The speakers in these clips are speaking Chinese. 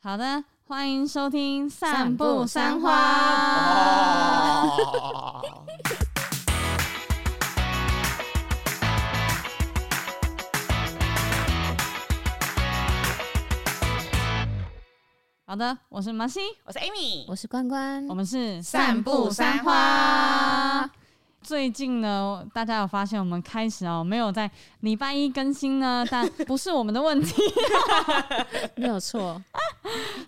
好的，欢迎收听《散散步步三三花》 哦，好的，我是麻西，我是 Amy，我是关关我，们是散步三花。最近呢，大家有发现我们开始哦，没有在礼拜一更新呢，但不是我们的问题，没有错，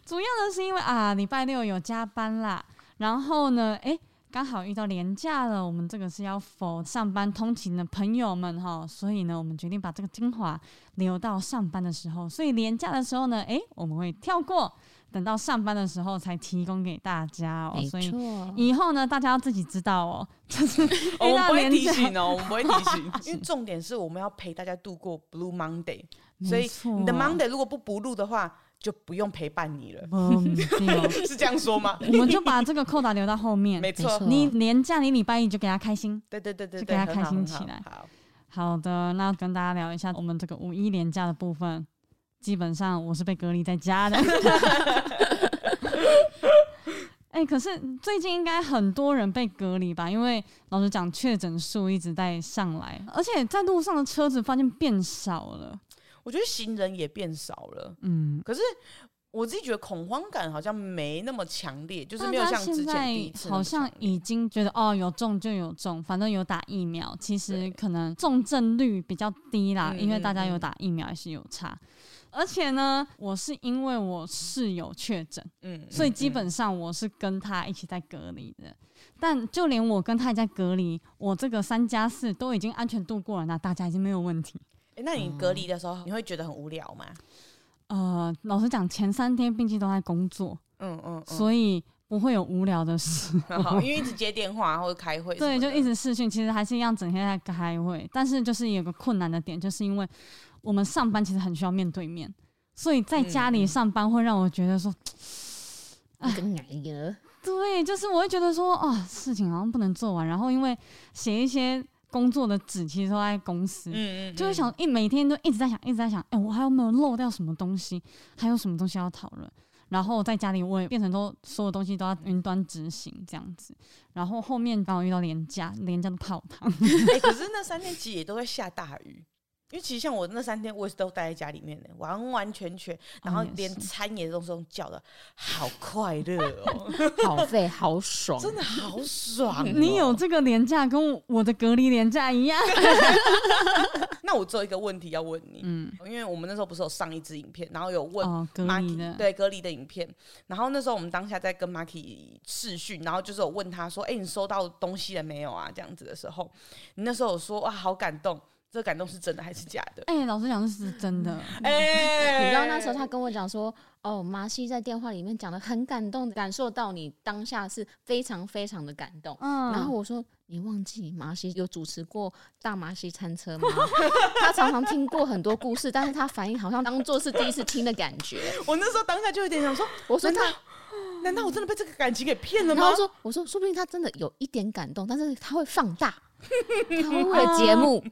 主要呢是因为啊，礼拜六有加班啦，然后呢，诶，刚好遇到年假了，我们这个是要否上班通勤的朋友们哈，所以呢，我们决定把这个精华留到上班的时候，所以年假的时候呢，诶，我们会跳过，等到上班的时候才提供给大家哦，没所以。错，以后呢，大家要自己知道哦，就是 哦我遇们到不会年提假，，醒哦，我们不会提醒， 因为重点是我们要陪大家度过 Blue Monday，所以你的 Monday 如果不补录的话，就不用陪伴你了 嗯，对 是这样说吗？我们就把这个扣打留到后面。 没错没，错你年假，你礼拜一就给他开心。嗯对对对对就对，给他很开好心很起好来好，好的，那跟大家聊一下我们这个五一连假的部分。基本上我是被隔离在家的。哎、可是最近应该很多人被隔离吧？因为老实讲，确诊数一直在上来，而且在路上的车子发现变少了。我觉得行人也变少了，嗯，可是。我自己觉得恐慌感好像没那么强烈，就是没有大家像之现前第一在次那好么像强烈已经觉得哦，有中就有中，反正有打疫苗，其实可能重症率比较低啦，嗯因为大家嗯有嗯打疫苗还是有差。而且呢，我是因为我室友确诊，嗯，所以基嗯本上我是跟他一起在隔离的。但就连我跟他也在隔离，我这个三加四都已经安全度过了，那大家已经没有问题。诶那你嗯隔离的时候，你会觉得很无聊吗？呃，老实讲，前三天毕竟都在工作，嗯嗯，嗯所以不会有无聊的事。 好因为一直接电话或者开会什么对，的，就一直视讯，其实还是一样，整天在开会。但是就是有个困难的点，就是因为我们上班其实很需要面对面，所以在家嗯里嗯上班会让我觉得说，跟奶 油，对，就是我会觉得说，啊，事情好像不能做完，然后因为写一些工作的纸，其实都在公司，嗯嗯，就会嗯想一每天都一直在想，一直在想，哎、我还有没有漏掉什么东西？还有什么东西要讨论？然后在家里我也变成都所有东西都要云端执行这样子，然后后面刚好遇到廉价，廉价的泡汤，哎、 可是那三天其实也都在下大雨，因为其实像我那三天，我也是都待在家里面的，完完全全，然后哦也连是餐也都是用叫的，好快乐哦， 好费好爽，真的好爽、啊哦你有？这个廉价跟我我的隔离廉价一样，那我只有一个问题要问你， 嗯，因为我们那时候不是有上一支影片，然后有问。哦，隔 Marky 离的，对隔离的影片，然后那时候我们当下在跟 Marky 视讯，然后就是我问他说：“哎、你收到东西了没有啊？”这样子的时候，你那时候有说：“哇，好感动！”这个感动是真的还是假的？哎、老实讲，这是真的，哎、 你知道那时候他跟我讲说，哦，麻西在电话里面讲的很感动，感受到你当下是非常非常的感动。嗯，然后我说，你忘记麻西有主持过大麻西餐车吗？ 他常常听过很多故事，但是他反应好像当做是第一次听的感觉。哎我那时候当下就有点想说，我说难道他，难道我真的被这个感情给骗了然吗后？说，我说，说不定他真的有一点感动，但是他会放 大，他会为了节目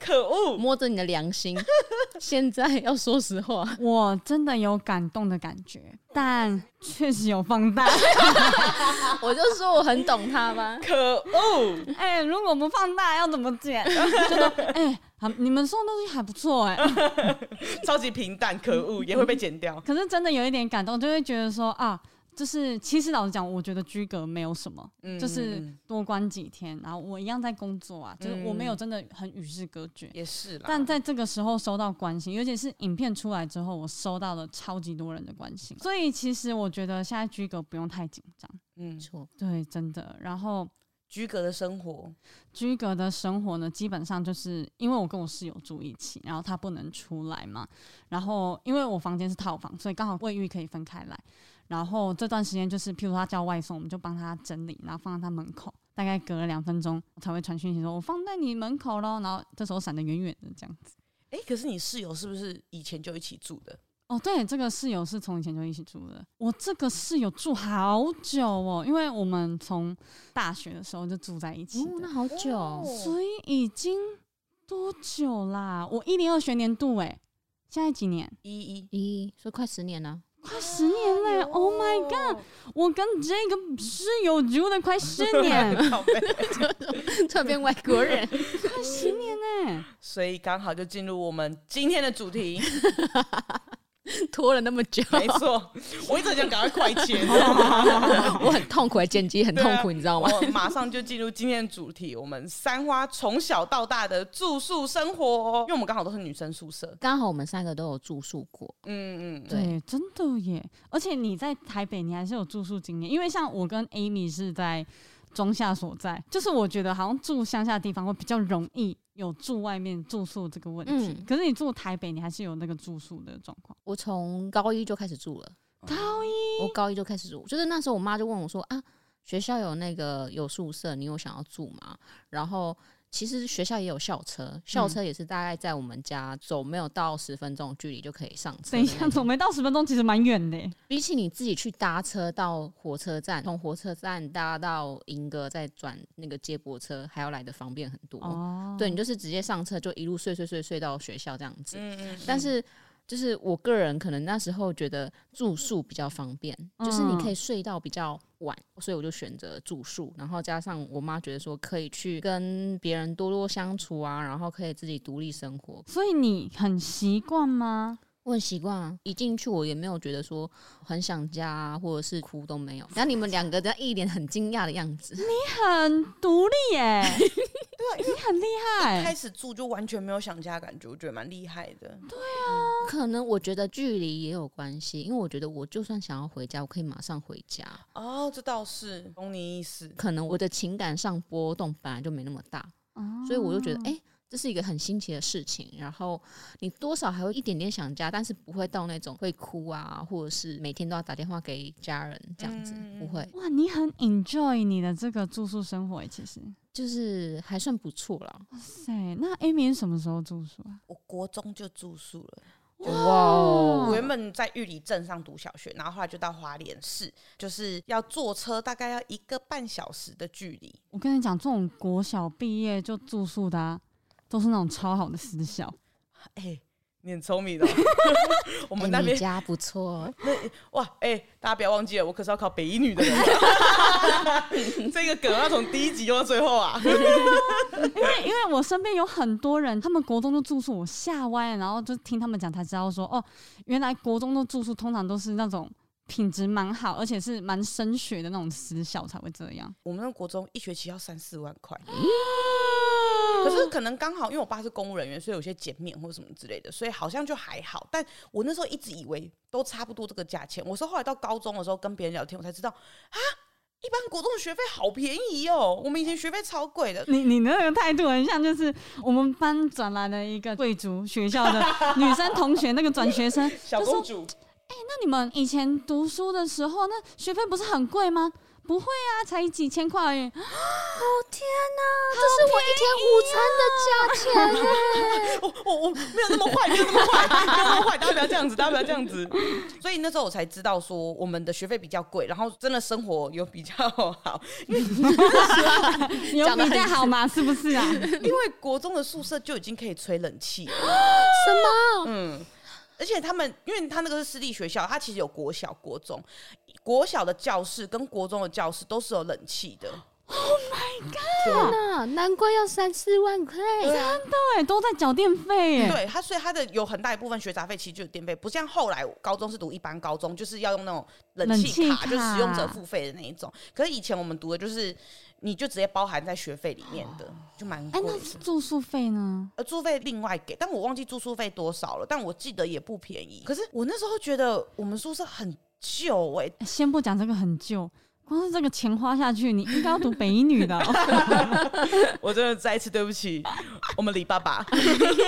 可恶！摸着你的良 心。现在要说实话，我真的有感动的感觉，但确实有放 大。 我就说我很懂他吧。可恶！哎、如果不放大要怎么 剪？觉得哎，好、你们送的东西还不错 哎、超级平淡，可恶，也会被剪掉。可是真的有一点感动，就会觉得说啊，就是其实老实讲，我觉得居隔没有什么，嗯就是嗯多关几天，然后我一样在工作啊，就是我没有嗯真的很与世隔绝。也是啦，但在这个时候收到关心，尤其是影片出来之后，我收到了超级多人的关心，所以其实我觉得现在居隔不用太紧张，嗯没，错，对，真的。然后居格的生活，居格的生活呢，基本上就是因为我跟我室友住一起，然后他不能出来嘛，然后因为我房间是套房，所以刚好卫浴可以分开来。然后这段时间就是，譬如他叫外送，我们就帮他整理，然后放在他门口。大概隔了两分钟才会传讯息说：“我放在你门口喽。”然后这时候闪得远远的这样子。哎、可是你室友是不是以前就一起住的？哦，对，这个室友是从以前就一起住的。我这个室友住好久哦，因为我们从大学的时候就住在一起哦的，。那好久，所以已经多久啦？我一零二学年度哎、现在几年？一一 咦，所以快十年了、快十年嘞！Oh my god！我跟这个室友住了快十年， 靠背突然变外国人，快十年嘞！所以刚好就进入我们今天的主题， 拖了那么 久，没错，我一直想赶快快切，我很痛苦，剪辑很对痛啊苦，你知道吗？我马上就进入今天的主题，我们三花从小到大的住宿生活，因为我们刚好都是女生宿舍，刚好我们三个都有住宿过，嗯嗯，对对，真的耶！而且你在台北，你还是有住宿经验，因为像我跟 Amy 是在中下所在，就是我觉得好像住乡下地方会比较容易有住外面住宿这个问题。嗯，可是你住台北，你还是有那个住宿的状况。我从高一就开始住了，高一我高一就开始住，就是那时候我妈就问我说啊，学校有那个有宿舍，你有想要住吗？然后其实学校也有校车，校车也是大概在我们家走没有到十分钟的距离就可以上等车的一那下，种。走没到十分钟，其实蛮远的耶。比起你自己去搭车到火车站，从火车站搭到银阁，再转那个接驳车，还要来的方便很多。哦，对你就是直接上车，就一路睡睡睡睡到学校这样子。嗯嗯，但是就是我个人可能那时候觉得住宿比较方便，就是你可以睡到比较晚，所以我就选择住宿。然后加上我妈觉得说可以去跟别人多多相处啊，然后可以自己独立生活。所以你很习惯吗？我很习惯啊，一进去我也没有觉得说很想家、啊，或者是哭都没有。然后你们两个在一脸很惊讶的样子，很独立耶，对，你很厉开害。始住就完全没有想家的感觉，我觉得蛮厉害的。 可能我觉得距离也有关系，因为我觉得我就算想要回家，我可以马上回家。哦，这倒是懂你意思。可能我的情感上波动本来就没那么大，所以我就觉得，哎、这是一个很新奇的事情。然后你多少还会一点点想家，但是不会到那种会哭啊，或者是每天都要打电话给家人这样子，嗯不会，哦哇，你很 enjoy 你的这个住宿生活耶，其实。就是还算不错了。哇塞，那 Amy 是什么时候住宿啊？我国中就住宿了，哇哦我原本在玉里镇上读小学，然后后来就到花莲市，就是要坐车大概要一个半小时的距离。我跟你讲，这种国小毕业就住宿的、啊，都是那种超好的私校。哎、你很聪 明的哦，我们那哎你边家不错，哇，哎、大家不要忘记了，我可是要考北一女的人。 这个梗要从第一集用到最后啊！ 因为因为我身边有很多人，他们国中就住宿，我吓歪了，然后就听他们讲才知道说，哦，原来国中的住宿通常都是那种品质蛮好，而且是蛮升学的那种私校才会这样。我们那国中一学期要三四万块，可是可能刚好因为我爸是公务人员，所以有些减免或什么之类的，所以好像就还好。但我那时候一直以为都差不多这个价钱，我是后来到高中的时候跟别人聊天，我才知道啊，一般国中的学费好便宜哦，我们以前学费超贵的。 你你那个态度很像，就是我们班转来了一个贵族学校的 女生同学，那个转学生，小公主，那你们以前读书的时候，那学费不是很贵吗？不会啊，才几千块 而已。这是我一天午餐的价钱。我我我哦没有那么坏，没有那么坏，没有那么坏，大家不要这样子，大家不要这样子。所以那时候我才知道说我们的学费比较贵，然后真的生活有比较好，有讲得啊比很较好嘛？是不是 啊？因为国中的宿舍就已经可以吹冷气了。 什么？嗯，而且他们，因为他那个是私立学校，他其实有国小、国中。国小的教室跟国中的教室都是有冷气的，那难怪要三四万块，对，都在缴电费耶。对他，所以他的有很大一部分学杂费其实就是电费，不像后来我高中是读一般高中，就是要用那种冷气冷卡，气卡就使用者付费的那一种。可是以前我们读的就是，你就直接包含在学费里面的，就蛮哎、那贵的。住宿费呢？呃，住费另外给，但我忘记住宿费多少了，但我记得也不便宜。可是我那时候觉得我们宿舍很旧哎、哎先不讲这个很旧，光是这个钱花下去，你应该要读北一女 的哦、 我真的再一次对不起 我们李爸爸。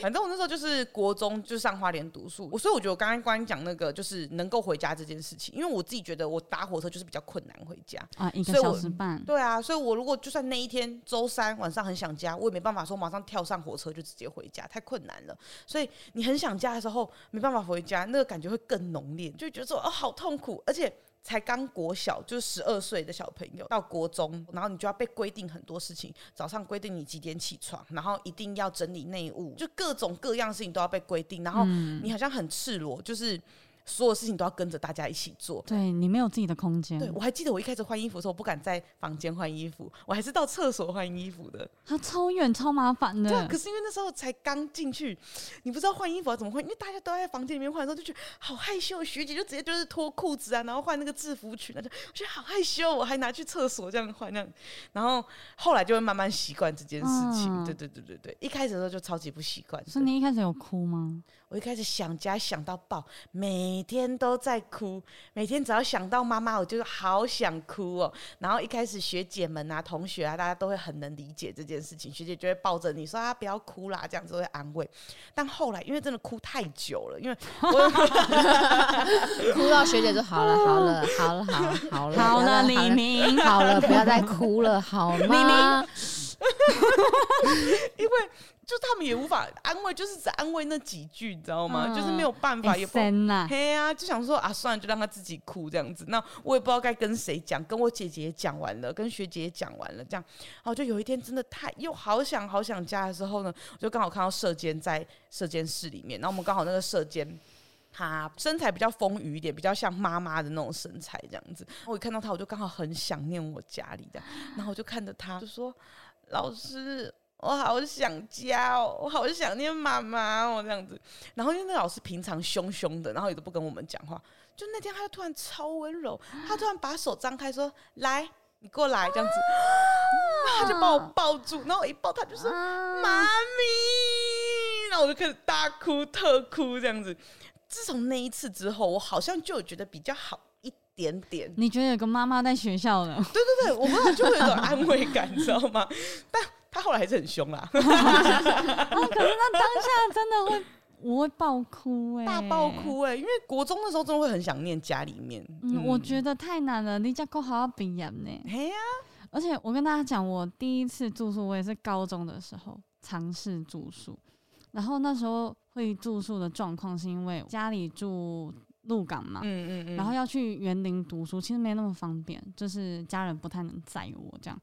反正我那时候就是国中就上花莲读书，我所以我觉得我刚刚刚讲那个就是能够回家这件事情，因为我自己觉得我搭火车就是比较困难回家。啊，一个所以我小时半。对啊，所以我如果就算那一天周三晚上很想家，我也没办法说马上跳上火车就直接回家，太困难了。所以你很想家的时候没办法回家，那个感觉会更浓烈，就觉得说哦好痛苦，而且。才刚国小，就是十二岁的小朋友到国中，然后你就要被规定很多事情。早上规定你几点起床，然后一定要整理内务，就各种各样的事情都要被规定。然后你好像很赤裸，就是所有事情都要跟着大家一起做。对你没有自己的空间，对，我还记得我一开始换衣服的时候，我不敢在房间换衣服，我还是到厕所换衣服的。它超远超麻烦对啊的，可是因为那时候才刚进去，你不知道换衣服要怎么换，因为大家都在房间里面换的时候，就觉得好害羞。学姐就直接就是脱裤子啊，然后换那个制服裙啊，就我觉得好害羞，我还拿去厕所这样换那样。然后后来就会慢慢习惯这件事情。嗯对对对对对，一开始的时候就超级不习惯的。所以你一开始有哭吗？我一开始想家想到爆，每天都在哭，每天只要想到妈妈，我就好想哭哦。然后一开始学姐们啊、同学啊，大家都会很能理解这件事情，学姐就会抱着你说啊，不要哭啦，这样子会安慰。但后来因为真的哭太久了，因为我 哭到学姐就好了，好了，好了，好了，好了，好不要了，再李，明，好了， 不要再哭了，好吗？因为就他们也无法安慰，就是只安慰那几句，你知道吗？嗯就是没有办法，也不森呐，嘿呀、就想说啊，算了，就让他自己哭这样子。那我也不知道该跟谁讲，跟我姐姐也讲完了，跟学姐也讲完了，这样。然后就有一天真的太又好想好想家的时候呢，我就刚好看到射箭在射箭室里面，然后我们刚好那个射箭。她身材比较丰腴一点，比较像妈妈的那种身材这样子。我一看到她，我就刚好很想念我家里的，然后我就看着她，就说：“老师，我好想家哦，我好想念妈妈哦，这样子。”然后因为那个老师平常凶凶的，然后也都不跟我们讲话，就那天他就突然超温 柔，他突然把手张开说：“来，你过来。”这样子，然后他就把我抱住，然后我一抱他就说：“啊妈咪！”然后我就开始大哭特哭这样子。自从那一次之后，我好像就有觉得比较好一点点。你觉得有个妈妈在学校 了？对对对，我不知道就会有一种安慰 感，你知道吗？但他后来还是很凶啦，啊，可是那当下真的会，我会爆哭哎、大爆。哭哎、因为国中的时候真的会很想念家里面。嗯，我觉得太难了，你家够好好毕业呢。哎呀、而且我跟大家讲，我第一次住宿，我也是高中的时候尝试住宿，然后那时候会住宿的状况是因为家里住鹿港嘛，嗯嗯嗯，然后要去园林读书，其实没那么方便，就是家人不太能载我这样，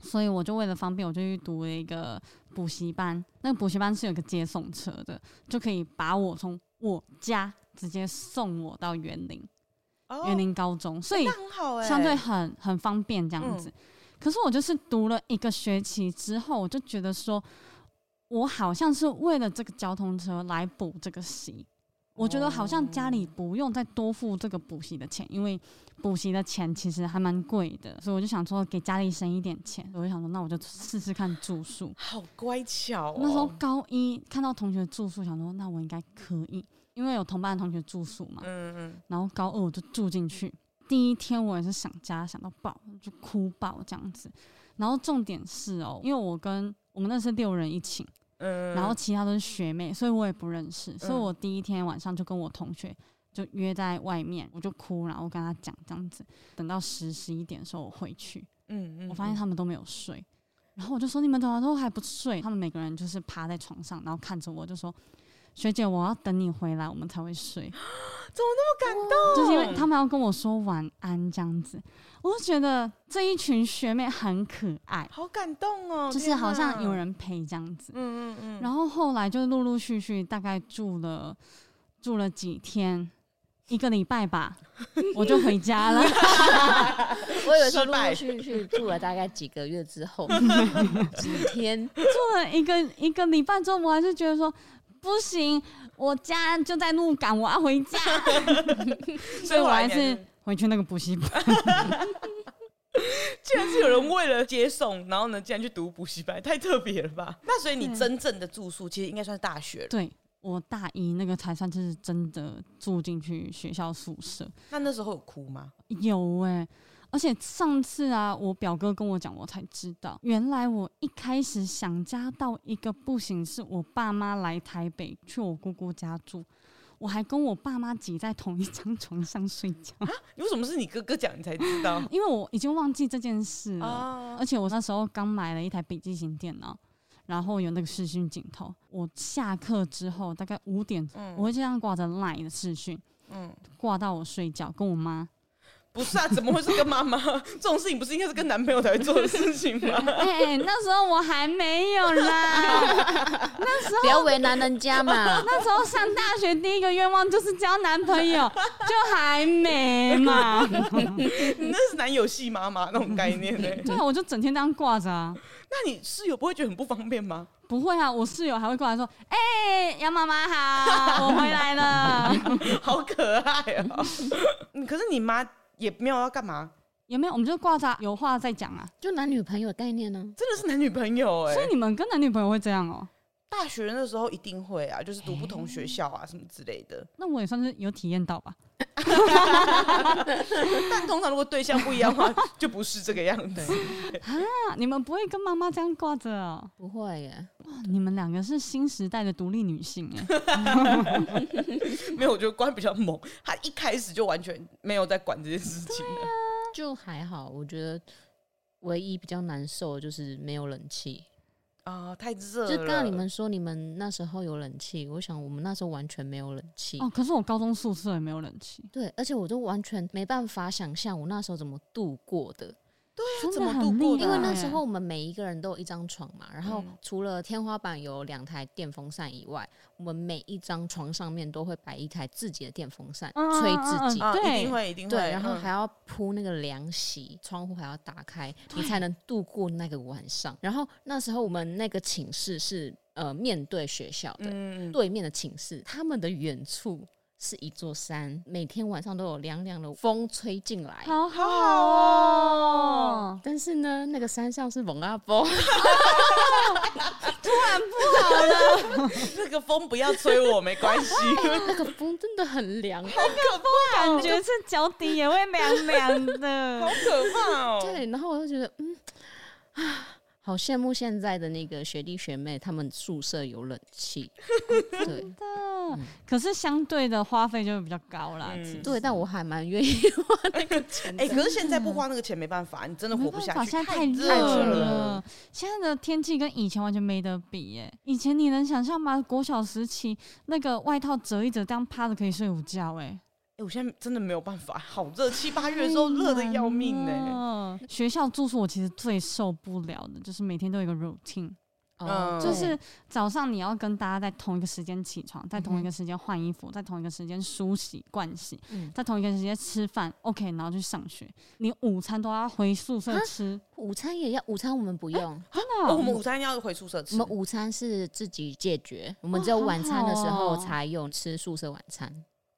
所以我就为了方便，我就去读了一个补习班。那个补习班是有个接送车的，就可以把我从我家直接送我到园林，哦园林高中，所以那很好哎、相对很很方便这样子。可是我就是读了一个学期之后，我就觉得说，我好像是为了这个交通车来补这个习。我觉得好像家里不用再多付这个补习的钱，因为补习的钱其实还蛮贵的，所以我就想说给家里省一点钱。我就想说，那我就试试看住宿。好乖巧、哦。那时候高一看到同学住宿，想说那我应该可以，因为有同班的同学住宿嘛。嗯嗯，然后高二我就住进去，第一天我也是想家想到爆，就哭爆这样子。然后重点是哦，因为我跟我们那是六人一寝，嗯，然后其他都是学妹，所以我也不认识，所以我第一天晚上就跟我同学就约在外面，我就哭，然后我跟他讲这样子。等到十十一点的时候我回去，嗯嗯，我发现他们都没有睡，然后我就说你们怎么都还不睡？他们每个人就是趴在床上，然后看着我就说。学姐，我要等你回来，我们才会 睡。不感动，就是因为他们要跟我说晚安这样子，我就觉得这一群学妹很可爱，好感动哦，就是天好像哪有，人陪这样子。嗯嗯嗯，然后后来就陆陆续续大概住了住了几天，一个礼拜吧，我就回家 了。我以为说陆陆续续住了大概几个月之后， 几天，住了一个一个礼拜之后，我还是觉得说。不行，我家就在鹿港，我要回家， 嗯所以我还所以后来是你回去那个补习班。竟然是有人为了接送，然后呢，竟然去读补习班，太特别了吧？ 那所以你对真正的住宿其实应该算是大学了。对我大一那个才算是真的住进去学校宿舍，那那时候有哭吗？有哎、而且上次啊，我表哥跟我讲，我才知道，原来我一开始想家到一个不行，是我爸妈来台北去我姑姑家住，我还跟我爸妈挤在同一张床上睡觉，为什么是你哥哥讲你才 知道因为我已经忘记这件事了。啊而？且我那时候刚买了一台笔记型电脑，然后有那个视讯镜头。我下课之后大概五点，嗯我会这样挂着 LINE 的视讯，嗯， 挂到我睡觉，跟我妈。不是啊，怎么会是跟妈妈？ 这种事情不是应该是跟男朋友才会做的事情 吗？哎、那时候我还没有 啦，。不要为难人家嘛那时候上大学第一个愿望就是交男朋友，就还没 嘛。你那是男友系妈妈那种概念呢、对啊，我就整天这样挂着啊。那你室友不会觉得很不方便吗？ 不会啊，我室友还会过来说：“哎、杨妈妈好，我回来了。好可爱哦、嗯可是你妈也没有要干嘛，” 有没有？我们就挂着啊，有话再讲啊。就男女朋友概念呢、真的是男女朋友哎、所以你们跟男女朋友会这样哦、大学的时候一定会啊，就是读不同学校啊什么之类的。那我也算是有体验到吧。但通常如果对象不一样的话，就不是这个样子。啊，你们不会跟妈妈这样挂着哦、不会耶，哇你们两个是新时代的独立女性哎、没有，我觉得关比较猛，他一开始就完全没有在管这件事情 的。就还好。我觉得唯一比较难受的就是没有冷气。啊、太热了。就刚刚你们说你们那时候有冷气，我想我们那时候完全没有冷气。哦，可是我高中宿舍也没有冷气，对，而且我都完全没办法想象我那时候怎么度过的，真怎的么很度过厉的害。因为那时候我们每一个人都有一张床嘛，然后嗯除了天花板有两台电风扇以外，我们每一张床上面都会摆一台自己的电风扇，嗯吹嗯自己。嗯啊，对一定会，一定会。对，然后嗯还要铺那个凉席，窗户还要打开，你才能度过那个晚上。然后那时候我们那个寝室是呃面对学校的，嗯，对面的寝室，他们的远处是一座山，每天晚上都有凉凉的风吹进来。好好好哦，但是呢，那个山上是蒙阿波， 那个风不要吹我，没关系。 那个风真的很 凉。感觉是脚底也会凉凉的。 好可怕哦！对，然后我就觉得，嗯， 啊，好羡慕现在的那个学弟学妹，他们宿舍有冷 气。对的，可是相对的花费就会比较高啦。嗯其实对，但我还蛮愿意哎、可是现在不花那个钱没办法，你真的活没不办下法，去，现在太热热了。了。现在的天气跟以前完全没得比耶、以前你能想象吗？国小时期那个外套折一折，这样趴着可以睡午觉、哎，哎、我现在真的没有办法，好热，七八月的时候热的要命呢、呢。学校住宿我其实最受不了的就是每天都有一个 routine，嗯哦，就对是早上你要跟大家在同一个时间起床，在同一个时间换衣嗯服，在同一个时间梳洗、盥洗，嗯在同一个时间吃饭，OK，然后去上学。你午餐都要回宿舍啊吃，午餐也要，午餐我们不用。真哦的、啊我们午餐要回宿舍我吃，们午餐是自己解决，我们哇只有好晚餐的时好候哦才有吃宿舍晚餐。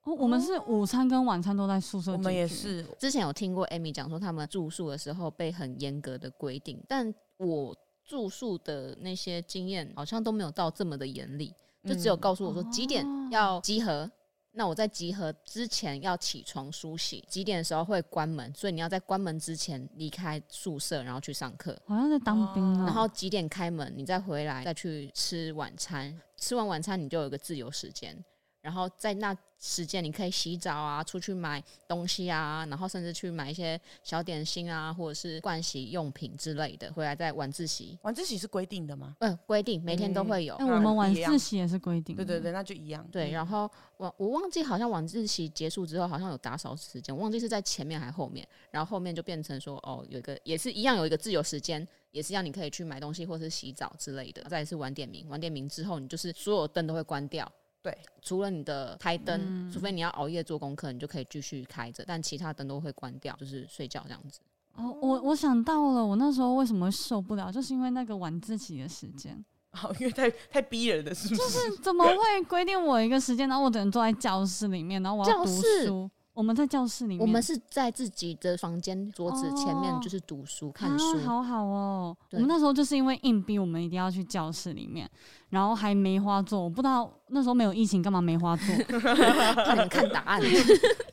哦我们是午餐跟晚餐都在宿舍，我们也。是。之前有听过 Amy 讲说，他们住宿的时候被很严格的规定，但我住宿的那些经验好像都没有到这么的严厉，就只有告诉我说嗯几点哦要集合。那我在集合之前要起床梳洗，几点的时候会关门，所以你要在关门之前离开宿舍，然后去上课。好像在当兵啊，然哦后几点开门，你再回来再去吃晚餐。吃完晚餐你就有一个自由时间，然后在那时间你可以洗澡啊，出去买东西啊，然后甚至去买一些小点心啊，或者是盥洗用品之类的。回来再晚自习，晚自习是规定的吗？嗯、规定每天都会有。哎、我们晚一样自习也是规定，对对，对，那就一样。对，嗯然后我我忘记好像晚自习结束之后，好像有打扫时间，忘记是在前面还是后面。然后后面就变成说，哦，有一个也是一样有一个自由时间，也是让你可以去买东西或是洗澡之类的。再来是晚点名，晚点名之后，你就是所有灯都会关掉。对，除了你的开灯，除嗯非你要熬夜做功课，你就可以继续开着，但其他灯都会关掉，就是睡觉这样子。哦，我我想到了，我那时候为什么会受不了，就是因为那个晚自习的时间，好，因为太太逼人了，是不是？是怎么会规定我一个时间，然后我只能坐在教室里面，然后我要教读室书。我们在教室里面，我们是在自己的房间桌子前面哦就是读书、看书。啊，好好哦。我对们那时候就是因为硬逼我们一定要去教室里面，然后还梅花座，我不知道那时候没有疫情，干嘛梅花座？快点看答 案。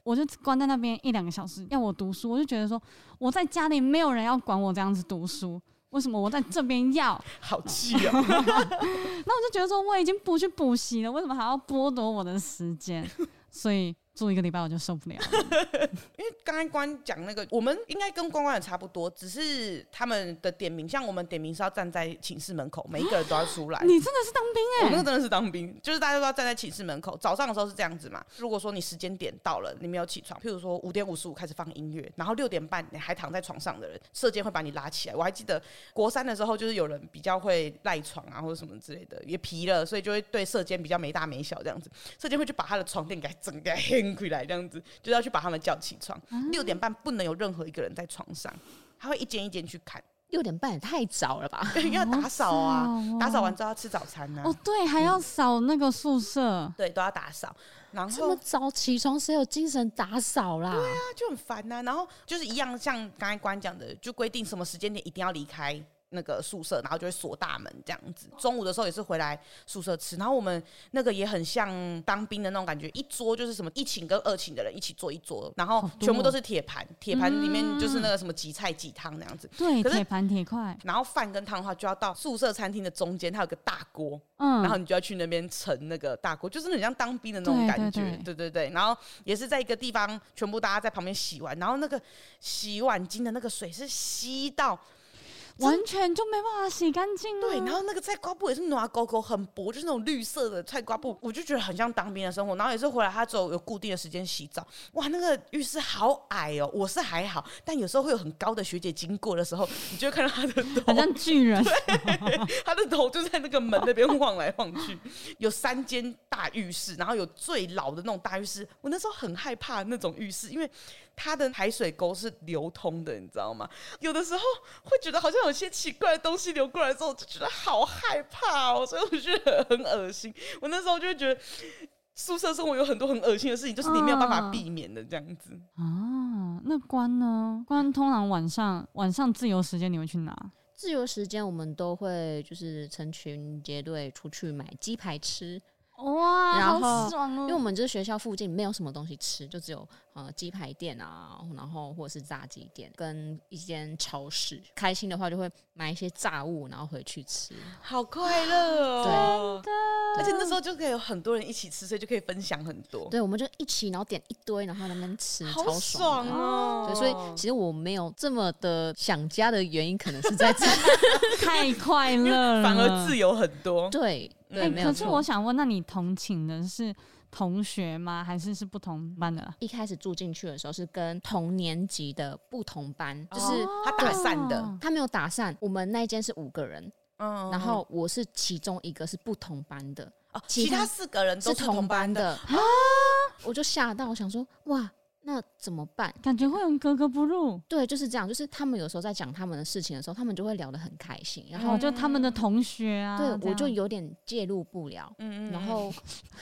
我就关在那边一两个小时，要我读书，我就觉得说我在家里没有人要管我这样子读书，为什么我在这边要？好气哦！那我就觉得说我已经不去补习了，为什么还要剥夺我的时间？所以住一个礼拜我就受不了了。刚刚关讲那个，我们应该跟关关也差不多，只是他们的点名，像我们点名是要站在寝室门口，每一个人都要出来。你真的是当兵我那哎、个真的是当兵，就是大家都要站在寝室门口。早上的时候是这样子嘛，如果说你时间点到了，你没有起床，譬如说五点五十五开始放音乐，然后六点半你还躺在床上的人，射箭会把你拉起来。我还记得国三的时候，就是有人比较会赖床啊，或者什么之类的，也皮了，所以就会对射箭比较没大没小这样子。射箭会去把他的床垫给整个 掀回来，这样子就是要去把他们叫起床。嗯六点半不能有任何一个人在床上，他会一间一间去看，六点半也太早了吧？ 因为要打扫啊，好早哦打扫完之后要吃早餐呢、啊。哦，对，还嗯要扫那个宿舍，对，都要打扫，然这后么早起床，谁有精神打扫啦？那就很烦呐、然后就是一样，像刚才关讲的，就规定什么时间点一定要离开那个宿舍，然后就会锁大门这样子。中午的时候也是回来宿舍吃，然后我们那个也很像当兵的那种感觉，一桌就是什么一寝跟二寝的人一起坐一桌，然后全部都是铁盘，铁盘里面就是那个什么几菜几汤那样子。对，可是铁盘铁块，然后饭跟汤的话，就要到宿舍餐厅的中间，它有个大锅，然后嗯，你就要去那边盛那个大锅，就是很像当兵的那种对感对觉，对对对。然后也是在一个地方，全部大家在旁边洗碗，然后那个洗碗巾的那个水是吸到，完全就没办法洗干净啊。对，然后那个菜瓜布也是暖勾勾，很薄，就是那种绿色的菜瓜布，我就觉得很像当兵的生活。然后也是回来，他只有有固定的时间洗澡，哇，那个浴室好矮哦，我是还好，但有时候会有很高的学姐经过的时候，你就会看到她的头好像巨人，他的头就在那个门那 边晃来晃去。有三间大浴室，然后有最老的那种大浴室。我那时候很害怕那种浴室，因为它的海水沟是流通的，你知道吗？有的时候会觉得好像有些奇怪的东西流过来之后，我就觉得好害怕哦，所以我觉得很恶心。我那时候就会觉得。宿舍生活有很多很恶心的事情，就是你没有办法嗯避免的这样子。啊，那关呢？关通常晚上晚上自由时间你会去哪？自由时间我们都会就是成群结队出去买鸡排吃，哇然好后爽哦！因为我们就是学校附近没有什么东西吃，就只有呃鸡排店啊，然后或者是炸鸡店跟一间超市。开心的话就会买一些炸物，然后回去吃。好快乐哦！而且那时候就可以有很多人一起吃，所以就可以分享很多。对，我们就一起，然后点一堆，然后在那边吃，好超爽的。哦！对，所以其实我没有这么的想家的原因，可能是在这。 太快乐了，反而自由很多。对哎、对，没有可是错我。想问，那你同寝的是同学吗？还是是不同班的啊？一开始住进去的时候是跟同年级的不同班，就是哦他打散的哦他没有打散。我们那一间是五个人，嗯然后我是其中一个是不同班的，哦，其其他他四个人都是同班的，的啊！我就吓到，我想说哇，那怎么办？感觉会很格格不入。对，就是这样，就是他们有时候在讲他们的事情的时候，他们就会聊得很开心，然然后哦后、就他们的同学啊，这嗯对我样就有点介入不了。嗯然后，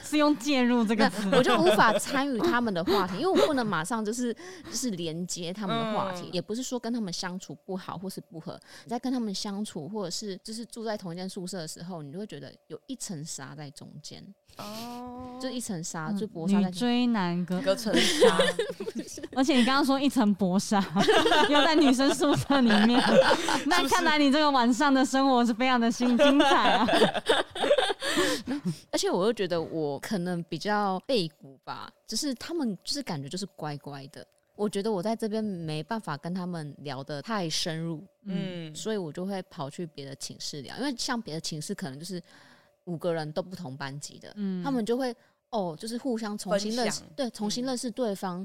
是用介入这个那词，我就无法参与他们的话题，因为我不能马上就是就是连接他们的话题，嗯也不是说跟他们相处不好或是不合，你在跟他们相处或者是就是住在同一间宿舍的时候，你就会觉得有一层纱在中间，哦，就是一层纱，嗯就薄纱女在中间。追男隔，隔层纱， 而且你刚刚说一层薄 纱，又在女生宿舍里面，那看来你这个晚上的生活是非常的新精彩 啊！而且我又觉得我可能比较背骨吧，只是他们就是感觉就是乖乖的。我觉得我在这边没办法跟他们聊得太深入，嗯，所以我就会跑去别的寝室聊，因为像别的寝室可能就是五个人都不同班级的，嗯他们就会哦，就是互相重新认识分享，嗯对，重新认识对方。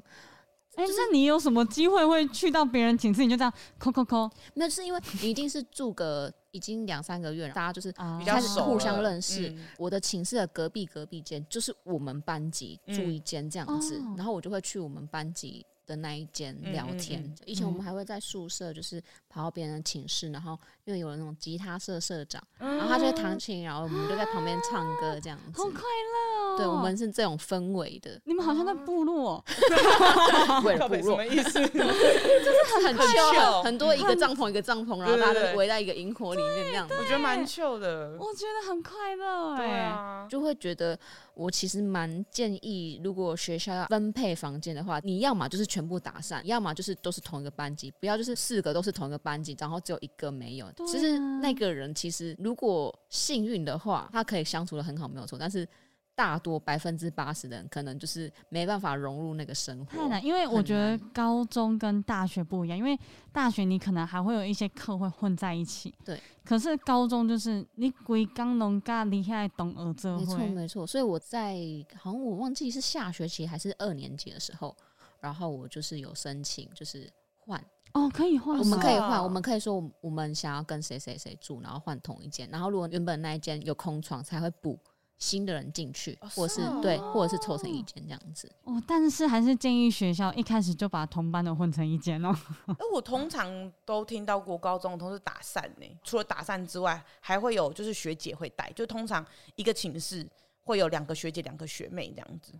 哎、那你有什么机会会去到别人寝室，你就这样扣扣扣那是因为你一定是住个已经两三个月了，大家就是啊？比较开始熟了，互相认识。嗯我的寝室的隔壁隔壁间就是我们班级嗯住一间这样子，哦然后我就会去我们班级。的那一间嗯聊嗯天，嗯以前我们嗯还会在宿舍，就是跑到别人的寝室，然后因为有那种吉他社社长，哦然后他就会弹琴，然后我们就在旁边唱歌这样子好。快乐哦！，对，我们是这种氛围的你们好像在部落、 为了靠部北嗯什落么，意思？ 就是很 chill 很很多一个帐篷一个帐篷，然后对对大家对啊都围在一个萤火里面这样子，我觉得蛮秀的，我觉得很快乐哎、对啊，就会觉得我其实蛮建议，如果学校要分配房间的话，你要么就是全部打散，要么就是都是同一个班级，不要就是四个都是同一个班级，然后只有一个没有。对啊其实那个人其实如果幸运的话，他可以相处的很好，没有错，但是。大多百分之八十的人可能就是没办法融入那个生活太。难，因为我觉得高中跟大学不一样，因为大学你可能还会有一些课会混在一起，对。可是高中就是你规刚农噶厉害懂儿嗯这没错会，没错，所以我在好像我忘记是下学期还是二年级的时候，然后我就是有申请，就是换，哦，可以换我吗，们可以是啊换，我们可以说我们我们想要跟谁谁谁住，然后换同一间，然后如果原本那一间有空床，才会补新的人进去，哦或者是是哦对，或者是凑成一间这样子。哦，但是还是建议学校一开始就把同班的混成一间哦。哎，我通常都听到国高中的同事打散呢、除了打散之外，还会有就是学姐会带，就通常一个寝室会有两个学姐、两个学妹这样子。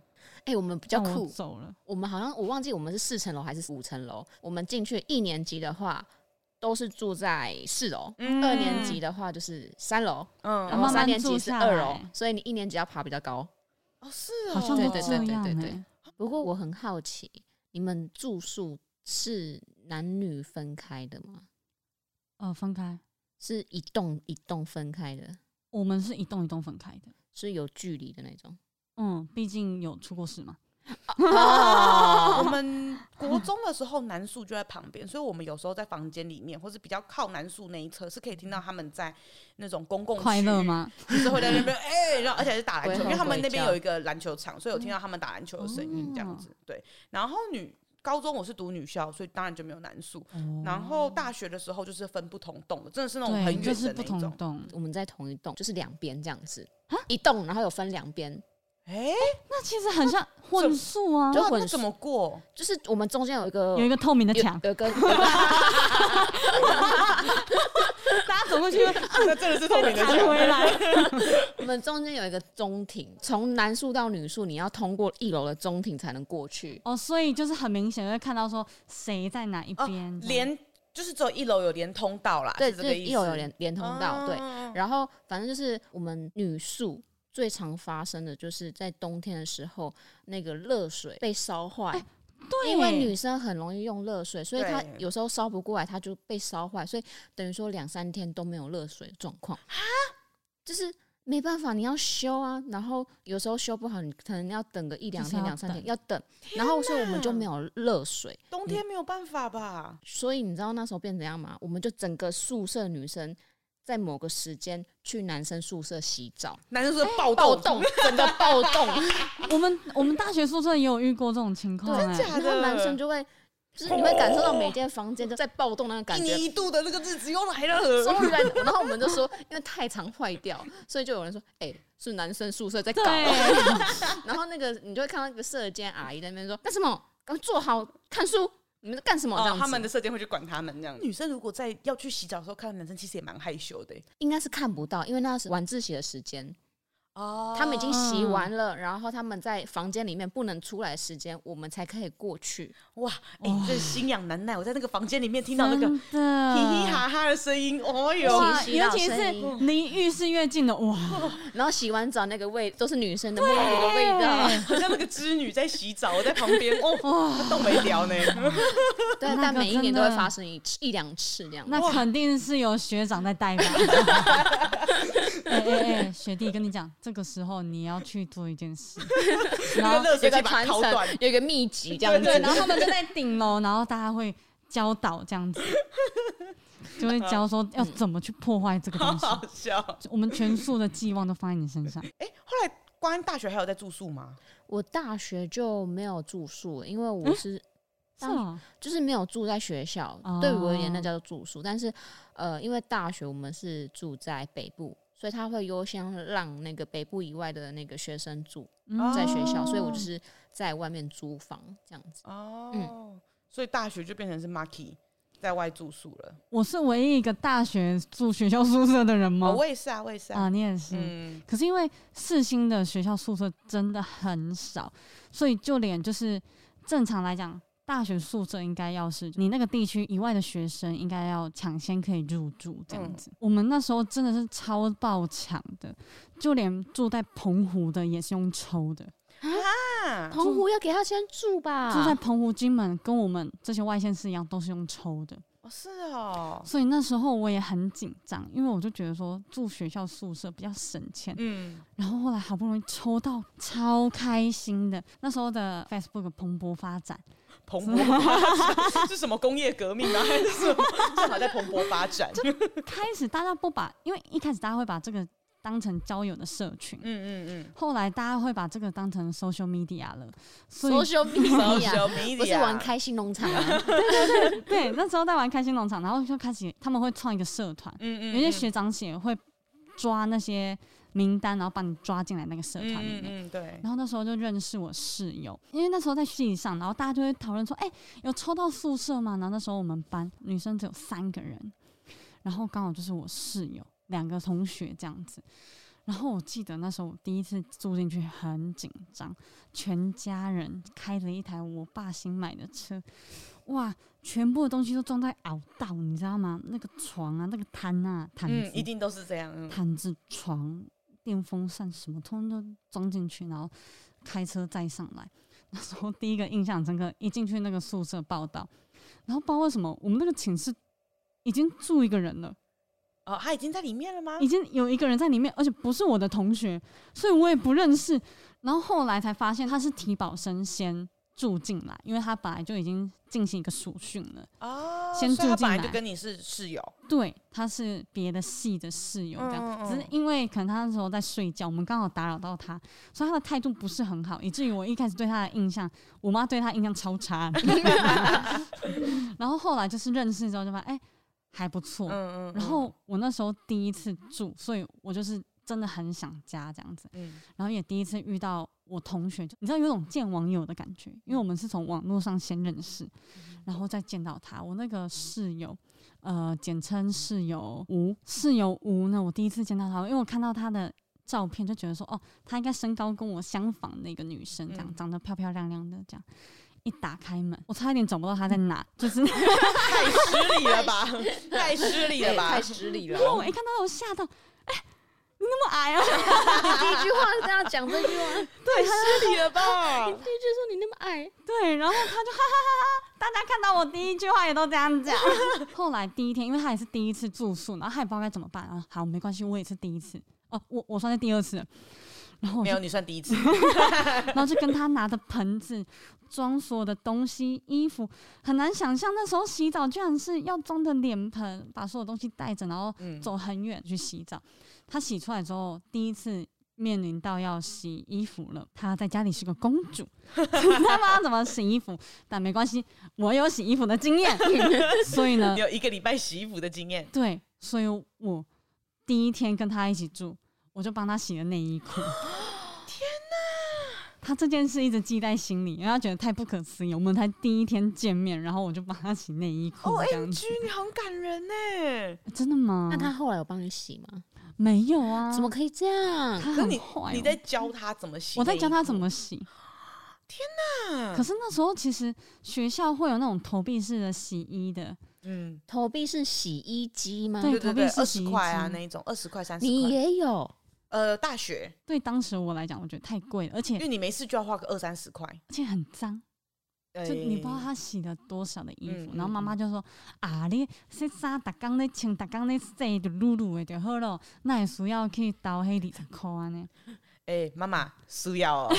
哎、我们比较那我酷，走了，我们好像我忘记我们是四层楼还是五层楼。我们进去一年级的话，都是住在四楼。嗯二年级，的话就是三楼，嗯然慢后慢三年级住是下二来楼，所以你一年级要爬比较高。哦，是哦，好像对都对这对样对对欸不过我很好奇，你们住宿是男女分开的吗？呃，分开，是一栋一栋分开的，我们是一栋一栋分开的。是有距离的那种？嗯，毕竟有出过事嘛。我哦，们国中的时候，南树就在旁边，所以我们有时候在房间里面，或是比较靠南树那一侧，是可以听到他们在那种公共区快乐？吗？就是会在那边哎、然后而且还是打篮鬼吼球，因为他们那鬼边叫有一个篮球场，所以有听到他们打篮球的声音这样哦子。对，然后女高中我是读女校，所以当然就没有南树。哦然后大学的时候就是分不同栋的，真的是那种对，很就远是的不那同一哦种。栋。我们在同一栋，就是两边这样子，一栋然后有分两边，哎、那其实很 像混宿啊，就哇哦混那怎么过？就是我们中间有一个有一个透明的有 墙，有一个有一个大家走过去会那真的是透明的弹墙。回来。 我们中间有一个中庭，从男宿到女宿，你要通过一楼的中庭才能过去。哦，所以就是很明显会看到说谁在哪一哦边这样，连就是只有一楼有连通道啦，对，是就这个是意思。一楼有连连通道，对。对，然后反正就是我们女宿最常发生的就是在冬天的时候，那个热水被烧坏，对，因为女生很容易用热水，所以对她有时候烧不过来，她就被烧坏，所以等于说两三天都没有热水的状况啊，就是。没办法，你要修啊，然后有时候修不好，你可能要等个一两就是天、要两三天，等要等。然后，所以我们就没有热水，冬天没有办法吧？所以你知道那时候变怎样吗？我们就整个宿舍女生在某个时间去男生宿舍洗澡，男生说哎暴暴动，动，整个暴 动，我们我们大学宿舍也有遇过这种情况、真欸，假然的？后男生就会，就是你会感受到每间房间就在暴动那个感一觉年。一度的那个日子又来了。终于来，然后我们就说，因为太常坏掉，所以就有人说，哎、是男生宿舍在搞。对，然后那个你就会看到那个射间阿姨在那边说，干什么？赶快坐好看书，你们在干什么？这样哦子、，他们的射箭会去管他们这样。女生如果在要去洗澡的时候看到男生，其实也蛮害羞的、应该是看不到，因为那是晚自习的时间。哦他们已经洗完哦了，然后他们在房间里面不能出来的时间，我们才可以过去。哇，嗯哎、这心痒难耐。我在那个房间里面听到那个真的，嘻嘻哈哈的声音，哦哟，哇，洗洗尤澡其声是音离浴室越近的，哇，然后洗完澡那个味都是女生的沐浴的味道， 好像那个织女在洗澡，我在旁边哦，她动没聊 呢。对，那个但每一真年都的会发生一次一两次这样。那肯定是有学长在 带吧。哎哎哎，学弟，跟你讲，这个时候你要去做一件 事，然后那个热有水器个把它传烤承短，，有一个秘籍这样子。对，然后他们就在顶楼，然后大家会教导这样 子，就会教说要怎么去破坏这个好东西。好笑。我们全宿的寄望都放在你身上，哎、后来光安大学还有在住宿吗？我大学就没有住宿，因为我是是哦，就是没有住在学校哦，对我而言那叫做住宿。但是，呃，因为大学我们是住在北部，所以他会优先让那个北部以外的那个学生住嗯在学校，哦所以我就是在外面租房这样子。哦，所以大学就变成是 Marky 在外住宿了。我是唯一一个大学住学校宿舍的人吗？哦，我也是啊，我也是啊。啊，你也是。嗯，可是因为四星的学校宿舍真的很少，所以就连就是正常来讲，大学宿舍应该要是你那个地区以外的学生应该要抢先可以入住这样子。我们那时候真的是超爆抢的，就连住在澎湖的也是用抽的，啊澎湖要给他先住吧，住在澎湖、金门跟我们这些外县市一样都是用抽的。哦，是哦，所以那时候我也很紧张，因为我就觉得说住学校宿舍比较省钱。嗯，然后后来好不容易抽到，超开心的。那时候的 Facebook 蓬勃发展，蓬勃发展 是什么工业革命啊，还是什么？正好在蓬勃发展。开始大家不把，因为一开始大家会把这个当成交友的社群， 嗯嗯后来大家会把这个当成 social media 了，所 以 social 嗯 media，啊，social 啊 media 不是玩开心农场 啊，对那时候在玩开心农场，然后就开始他们会创一个社团，嗯嗯，有些学长姐会抓那些名单，然后把你抓进来那个社嗯团里嗯面。嗯，对，然后那时候就认识我室友，因为那时候在系上，然后大家就会讨论说，哎、有抽到宿舍吗？然后那时候我们班女生只有三个人，然后刚好就是我室友两个同学这样子。然后我记得那时候我第一次住进去很紧张，全家人开着一台我爸新买的车，哇，全部的东西都装在凹道，你知道吗？那个床啊，那个摊啊，毯子、嗯，一定都是这样。嗯毯子、床、电风扇什么，通通都装进去，然后开车载上来。那时候第一个印象深刻，一进去那个宿舍报道，然后不知道为什么我们那个寝室已经住一个人了，哦，他已经在里面了吗已？经有一个人在里面，而且不是我的同学，所以我也不认识。然后后来才发现他是体保生先住进来，因为他本来就已经进行一个暑训了。哦，先所以他住进本来就来跟你是室友。对，他是别的系的室友，这样，嗯嗯嗯只是因为可能他那时候在睡觉，我们刚好打扰到他，所以他的态度不是很好，以至于我一开始对他的印象，我妈对他印象超 差。 然后后来就是认识之后就发现，哎、还不错。嗯嗯。然后我那时候第一次住，所以我就是真的很想家这样子。嗯，然后也第一次遇到我同学，就你知道有种见网友的感觉，因为我们是从网络上先认识，然后再见到他。我那个室友，呃，简称室友吴，室友吴呢，我第一次见到他，因为我看到他的照片就觉得说，哦，她应该身高跟我相仿的一个女生，这样、嗯长得漂漂亮亮的这样。一打开门，我差一点找不到她在哪，就是太失礼 了吧，太失礼了对吧太。失礼了。因为我一看到她我吓到，哎、你那么矮啊！你第一句话是这样讲这句话，太失礼了吧？ 第啊一句说你那么矮，对，然后他就哈哈哈哈，大家看到我第一句话也都这样 讲。后来第一天，因为他也是第一次住宿，然后他也不知道该怎么办啊。好，没关系，我也是第一次。哦，我我算是第二次了，然后我没就有，你算第一次。然后就跟他拿着盆子装所有的东西、衣服，很难想象那时候洗澡居然是要装着脸盆，把所有东西带着，然后 嗯，走很远去洗澡。他洗出来之后，第一次面临到要洗衣服了。她在家里是个公主， 她不知道怎么洗衣服，但没关系，我有洗衣服的经验， 所以呢你，有一个礼拜洗衣服的经验。对，所以我第一天跟她一起住，我就帮她洗了内衣裤。天哪！她这件事一直记在心里，因为她觉得太不可思议。我们才第一天见面，然后我就帮她洗内衣裤，哦这哎样子、你好感人呢。真的吗？那他后来有帮你洗吗？没有啊？怎么？可以这样？她可是很坏、你在教他怎么洗？我在教他怎。么洗。嗯可是那时候其实学校会有那种投币式的洗衣的，嗯，投币是洗衣机吗？对对对对，投二币式洗十衣机块啊，那一种二十块、三十你块。也有，呃，大学，对当时我来讲，我觉得太贵了，而且因为你没事就要花个二三十块。而且很脏，呃就你不知道他洗了多少的衣嗯服。嗯然后妈妈就说：“啊，你洗衫，逐工咧穿，逐工咧洗，就撸撸的就好咯，那也需要去投迄二十块安尼。哎，妈妈需要哦，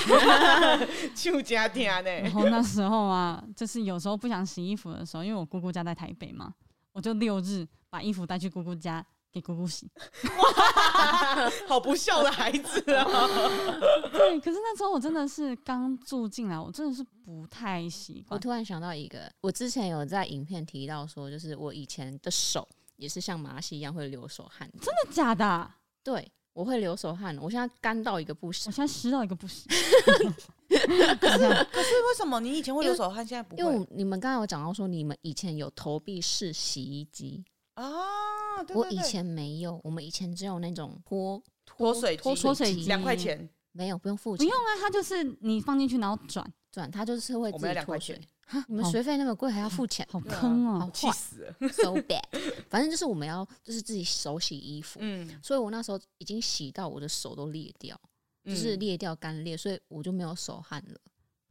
就家听”然呢。后那时候啊，就是有时候不想洗衣服的时候，因为我姑姑家在台北嘛，我就六日把衣服带去姑姑家给姑姑洗。好不孝的孩子啊！ 对，可是那时候我真的是刚住进来，我真的是不太习我哦惯。突然想到一个，我之前有在影片提到说，就是我以前的手也是像马戏一样会流手汗的，真的假的啊、对我会流手汗，我现在干到一个不我行，现在湿到一个不 行。 可是为什么你以前会流手汗，现在不因为会我你们刚才有讲到说，你们以前有投币式洗衣机，啊？对我对以对前没有，我们以前只有那种脱脱水脱机脱水机机，两块钱，没有不用付不钱用，啊，它就是你放进去然后转，转它就是会我自们己要两块脱钱水。，哈你们好学费那么贵还要 付钱好对啊坑哦、好气坏死了。 ，so bad。反 正就是我们要就是自己手洗衣服，嗯，所以我那时候已经洗到我的手都裂掉。就是嗯裂掉干裂，所以我就没有手汗了。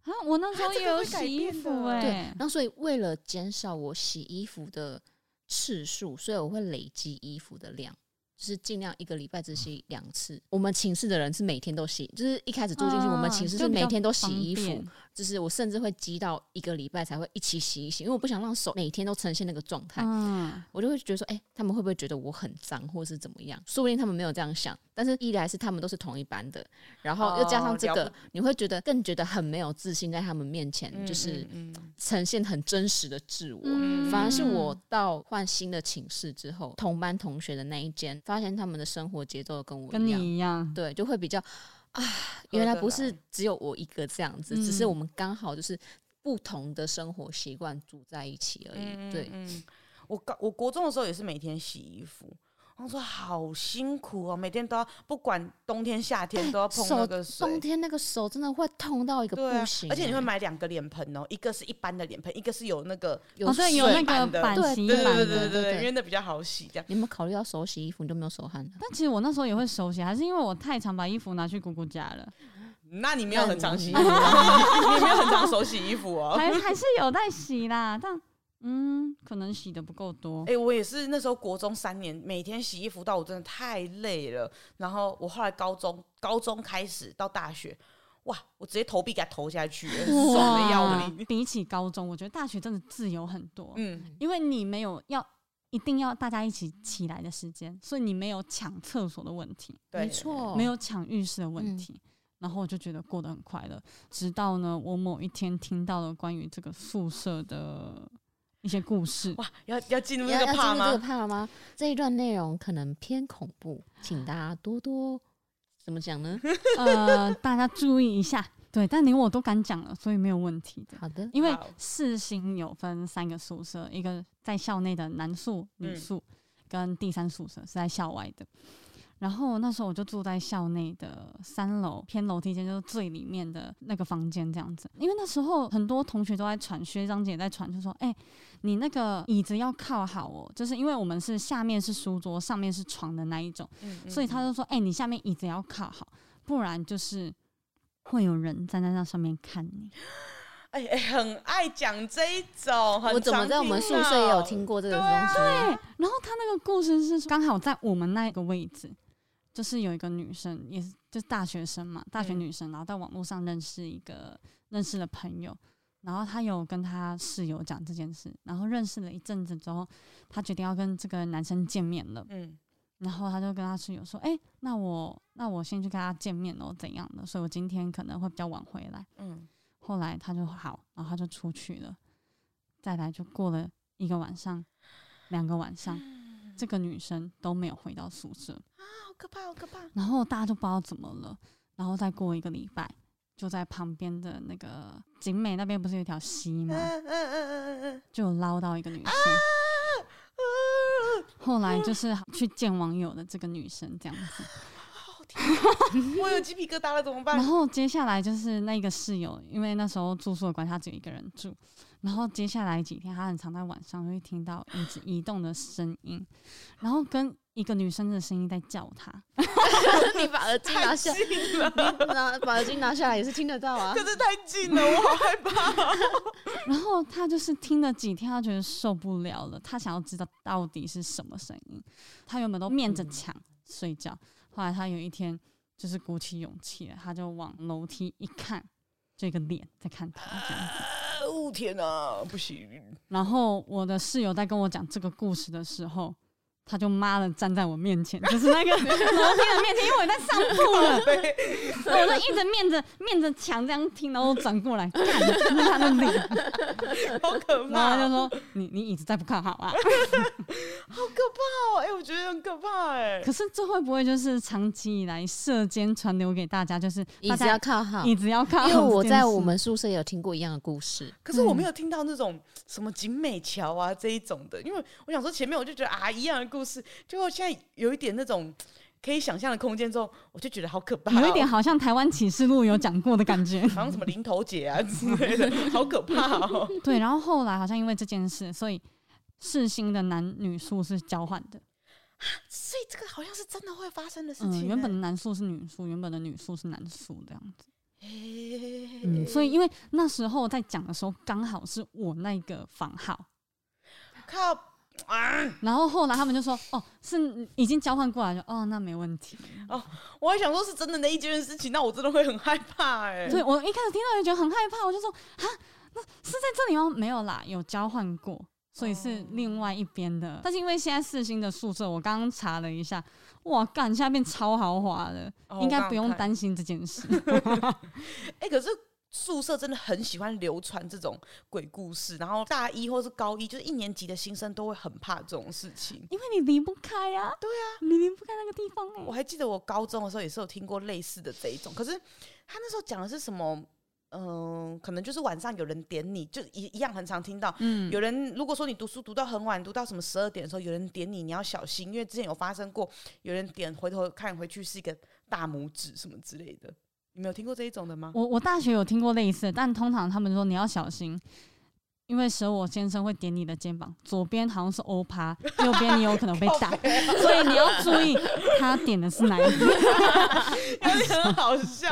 啊！我那时候它这也个有会改洗衣变的服哎、对，然后所以为了减少我洗衣服的次数，所以我会累积衣服的量。就是尽量一个礼拜只洗两次。我们寝室的人是每天都洗，就是一开始住进去，我哦啊们寝室是每天都洗衣服，就是我甚至会积到一个礼拜才会一起洗一洗，因为我不想让手每天都呈现那个状态。嗯，我就会觉得说，哎、他们会不会觉得我很脏，或是怎么样？说不定他们没有这样想，但是一来是他们都是同一班的，然后又加上这哦个，了你会觉得更觉得很没有自信，在他们面前、嗯就是嗯嗯呈现很真实的自我。反而是我到换新的寝室之后，同班同学的那一间，发现他们的生活节奏跟我嗯跟一样，你一样，对，就会比较啊，原来得不是来只有我一个这样子，只是嗯我们刚好就是不同的生活习惯住在一起而已。嗯对，嗯，我高我国中的时候也是每天洗衣服。我说好辛苦哦，每天都要不管冬天夏天都要碰那手个水，哎冬天那个手真的会痛到一个对啊不行、而且你会欸买两个脸盆哦，一个是一般的脸盆，一个是有那个，有哦，对，有水那个版的版对洗对对版对对的对，对对对，因为那比较好洗，这样。你有没有考虑到手洗衣服，你就没有手汗了。啊但其实我那时候也会手写，还是因为我太常把衣服拿去姑姑家了，那你没有那很哎你 常洗衣服哦，你没有很常手洗衣服哦。还还是有在洗啦，但嗯，可能洗的不够多哎、。我也是那时候国中三年，每天洗衣服到我真的太累了。然后我后来高中，高中开始到大学，哇，我直接投币给它投下去，爽的要命。比起高中，我觉得大学真的自由很多，嗯，因为你没有要一定要大家一起起来的时间，所以你没有抢厕所的问题， 对，没哦错，没有抢浴室的问嗯题。然后我就觉得过得很快乐，直到呢，我某一天听到了关于这个宿舍的一些故 事。哇，要要进入要那要个进怕入这个吗？怕吗？这一段内容可能偏恐怖，请大家多多怎么讲呢？呃，大家注意一下，对，但连我都敢讲了，所以没有问题的。好的，因为好四星有分三个宿舍，一个在校内的男宿、女嗯宿，跟第三宿舍是在校外的。然后那时候我就住在校内的三楼偏楼梯间，就是最里面的那个房间这样子。因为那时候很多同学都在传，学长姐也在传，就说：“哎、你那个椅子要靠好哦，就是因为我们是下面是书桌，上面是床的那一种，嗯嗯所以他嗯就说：哎、你下面椅子要靠好，不然就是会有人站在那上面看你。”哎、哎、很爱讲这一种，很我怎么常在我们宿听舍也有到？听过这个对东啊西？对，然后他那个故事是说刚好在我们那个位置，就是有一个女生，也是就是大学生嘛，大学嗯女生，然后在网络上认识一个认识的朋友，然后她有跟她室友讲这件事，然后认识了一阵子之后，她决定要跟这个男生见面了，嗯，然后她就跟她室友说：“哎、那我那我先去跟他见面哦，怎样的？所以我今天可能会比较晚回来。”嗯，后来他就好，然后他就出去了。再来就过了一个晚上，两个晚上，这个女生都没有回到宿舍。啊好可怕，好可怕。然后大家就不知道怎么了。然后再过一个礼拜，就在旁边的那个景美那边不是有一条溪吗？嗯嗯嗯嗯嗯嗯。就有捞到一个女生。嗯后来就是去见网友的这个女生这样子。啊我有鸡皮疙瘩了，怎么办然？后接下来就是那个室友，因为那时候住宿的关系，他只有一个人住。然后接下来几天，他很常在晚上会听到椅子移动的声音，然后跟一个女生的声音在叫他。 你把耳机拿太下，近了，拿把耳机拿下来也是听得到啊。可是太近了，我好害怕。然后他就是听了几天，他觉得受不了了，他想要知道到底是什么声音。他原本都面着墙睡觉，后来他有一天就是鼓起勇气了，他就往楼梯一看，这个脸在看他这样子。 哦天哪，不行！然后我的室友在跟我讲这个故事的时候，他就妈的站在我面前，就是那个 楼梯的面前，因为我在上铺了，然后我就一直面着面着墙这样听，然后转过来看，就是他的脸，好可然后他怕，就好说：“你你椅子再不看好啊。”可怕哦！哎，我觉得很可怕哎。可是这会不会就是长期以来社间传流给大家，就是椅大子家要靠好，椅子要靠好因为我这件在事我们宿舍有听过一样的故事。可是我嗯没有听到那种什么景美桥啊这一种的，因为我想说前面我就觉得啊一样的故事，结果现在有一点那种可以想象的空间之后，我就觉得好可怕哦，。有一点好像台湾启示录有讲过的感 觉好像什么零头姐啊之 类的，好可怕哦。对，然后后来好像因为这件事，所以世新的男女宿是交换的。所以这个好像是真的会发生的事嗯、情哎。原本的男宿是女宿，原本的女宿是男宿这样子。欸嗯，嗯所以因为那时候在讲的时候，刚好是我那个房号，哎靠然后后来他们就说，哦，是已经交换过来了，哦，那没问题。我还想说是真的那一件事情，那我真的会很害怕哎、对我一开始听到就觉得很害怕，我就说啊，那是在这里吗？没有啦，有交换过，所以哦是另外一边的。但是因为现在四星的宿舍，我刚刚查了一下，哇，干，现在变超豪华了，哦应该不用。我刚担心这件事。刚看 哎、可是宿舍真的很喜欢流传这种鬼故事，然后大一或是高一，就是一年级的新生都会很怕这种事情。 因为你离不开呀、啊，对啊，你离不开那个地方哎、我还记得我高中的时候也是有听过类似的这一种，可是他那时候讲的是什么？嗯、可能就是晚上有人点你，就一一样很常听到。嗯，有人如果说你读书读到很晚，读到什么十二点的时候，有人点你，你要小心，因为之前有发生过，有人点回头看回去是一个大拇指什么之类的。你们有听过这一种的吗？我我大学有听过类似的，但通常他们说你要小心，因为蛇我先生会点你的肩膀，左边好像是欧趴，右边你有可能被打，哦所以你要注意他点的是哪一边。 有点很好笑。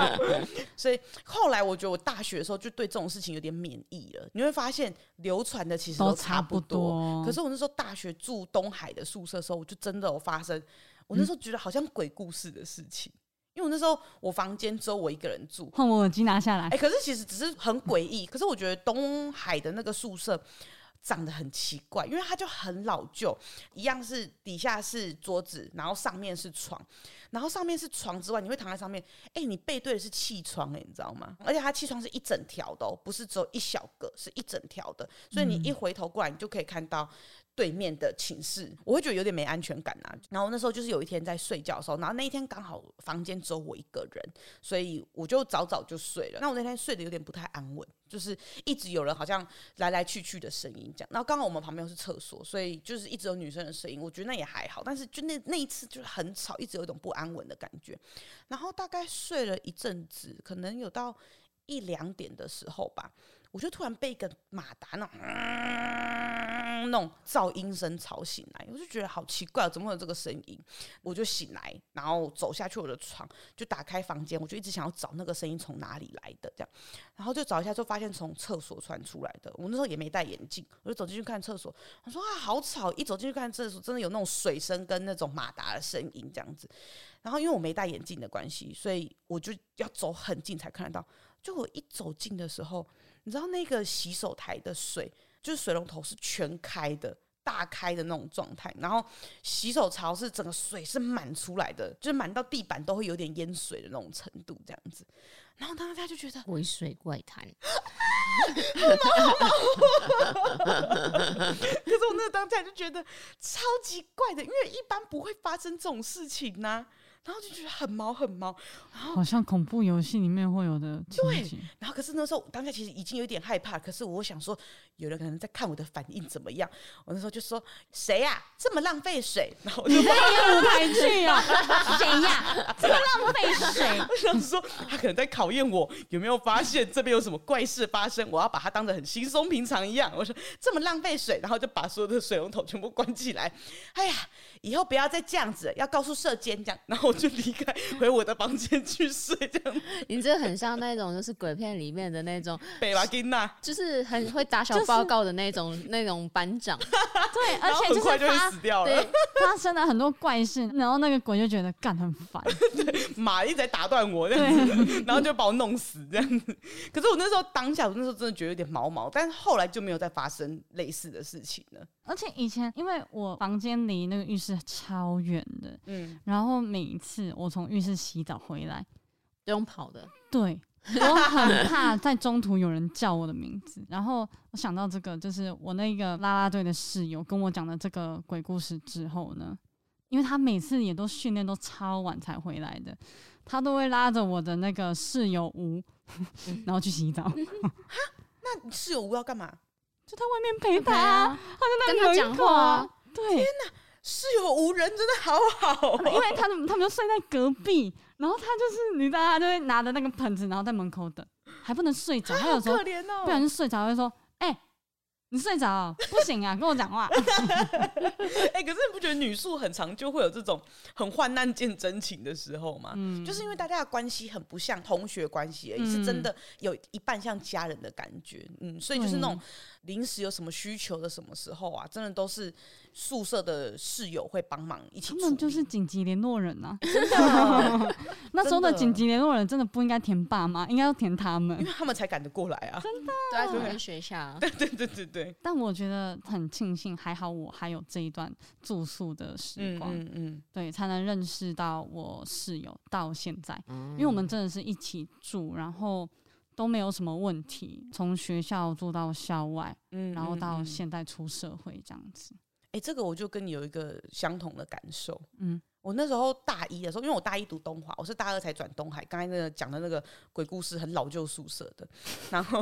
所以后来我觉得我大学的时候就对这种事情有点免疫了。你会发现流传的其实都差差不不多。多。可是我那时候大学住东海的宿舍的时候，我就真的有发生，我那时候觉得好像鬼故事的事情，因为我那时候我房间只有我一个人住，换我耳机拿下来哎、，可是其实只是很诡异。可是我觉得东海的那个宿舍长得很奇怪，因为它就很老旧，一样是底下是桌子，然后上面是床，然后上面是床之外，你会躺在上面，哎、你背对的是气窗、哎，你知道吗？而且它气窗是一整条的、哦，不是只有一小个，是一整条的，所以你一回头过来，你就可以看到。对面的寝室，我会觉得有点没安全感啊。然后那时候就是有一天在睡觉的时候，然后那一天刚好房间只有我一个人，所以我就早早就睡了。那我那天睡得有点不太安稳，就是一直有人好像来来去去的声音这样。然后刚好我们旁边又是厕所，所以就是一直有女生的声音，我觉得那也还好。但是就那那一次就是很吵，一直有一种不安稳的感觉。然后大概睡了一阵子，可能有到一两点的时候吧，我就突然被一个马达那种、嗯那种噪音声吵醒来，我就觉得好奇怪，怎么会有这个声音？我就醒来，然后走下去我的床，就打开房间，我就一直想要找那个声音从哪里来的，这样，然后就找一下，就发现从厕所传出来的。我那时候也没戴眼镜，我就走进去看厕所，我说啊，好吵！一走进去看厕所，真的有那种水声跟那种马达的声音这样子。然后因为我没戴眼镜的关系，所以我就要走很近才看得到。就我一走近的时候，你知道那个洗手台的水，就是水龙头是全开的。大开的那种状态，然后洗手槽是整个水是满出来的，就是满到地板都会有点淹水的那种程度，这样子。然后当时他就觉得， 回水怪谈，可是我那个当下就觉得超级怪的，因为一般不会发生这种事情呐、然后就觉得很毛很毛，好像恐怖游戏里面会有的情景。然后可是那时候当下其实已经有点害怕，可是我想说，有人可能在看我的反应怎么样。我那时候就说：“谁呀、这么浪费水？”然后我就你在演舞台剧啊？谁呀？这么浪费水！我想说，他可能在考验我有没有发现这边有什么怪事发生，我要把它当得很稀松平常一样。我说这么浪费水，然后就把所有的水龙头全部关起来。哎呀，以后不要再这样子了，要告诉社监这样。然后我就离开，回我的房间去睡，这样你这很像那种就是鬼片里面的那种，北拉金娜。就是很会打小就是报告的那种、那种班长。 对，而然后且很就快是就会发死掉了，对， 发生了很多怪事，然后那个鬼就觉得干很 烦。马一直在打断我这样子，然后就把我弄死这样子。可是我那时候当下，我那时候真的觉得有点毛毛，但是后来就没有再发生类似的事情了。而且以前因为我房间离那个浴室超远的，嗯，然后每一次我从浴室洗澡回来，都用跑的，对我 很怕在中途有人叫我的名字。然后我想到这个，就是我那个啦啦队的室友跟我讲的这个鬼故事之后呢，因为他每次也都训练都超晚才回来的，他都会拉着我的那个室友吴，嗯 然后去洗 澡，那室友吴要干嘛？就在外面陪他对啊、啊，他跟在他那讲话啊。对，室友无人真的好好、哦，因为他们他们就睡在隔壁，然后他就是你知道，他就会拿着那个盆子，然后在门口等，还不能睡着， 他有时候可怜哦。不小心睡着会说：“哎、你睡着哦、不行啊，跟我讲话。哎、可是你不觉得女宿很常就会有这种很患难见真情的时候吗？嗯就是因为大家的关系很不像同学关系而已，嗯是真的有一半像家人的感觉。嗯，所以就是那种临时有什么需求的什么时候啊，真的都是宿舍的室友会帮忙一起他处理。们就是紧急联络人呐、真的，哦 那时候的真的紧急联络人真的不应该填爸妈，应该要填他们因。为他们才赶得过来啊。对啊，准备学一下。 对对对对， 但我觉得很庆幸，还好我还有这一段住宿的时嗯光，嗯嗯，对，才能认识到我室友到现在，因为我们真的是一起住，然后都没有什么问题，从学校住到校外，嗯然后到嗯现在出社会这样子，哎、这个我就跟你有一个相同的感受。嗯，我那时候大一的时候，因为我大一读东华，我是大二才转东海。刚才那个讲的那个鬼故事，很老旧宿舍的。然后，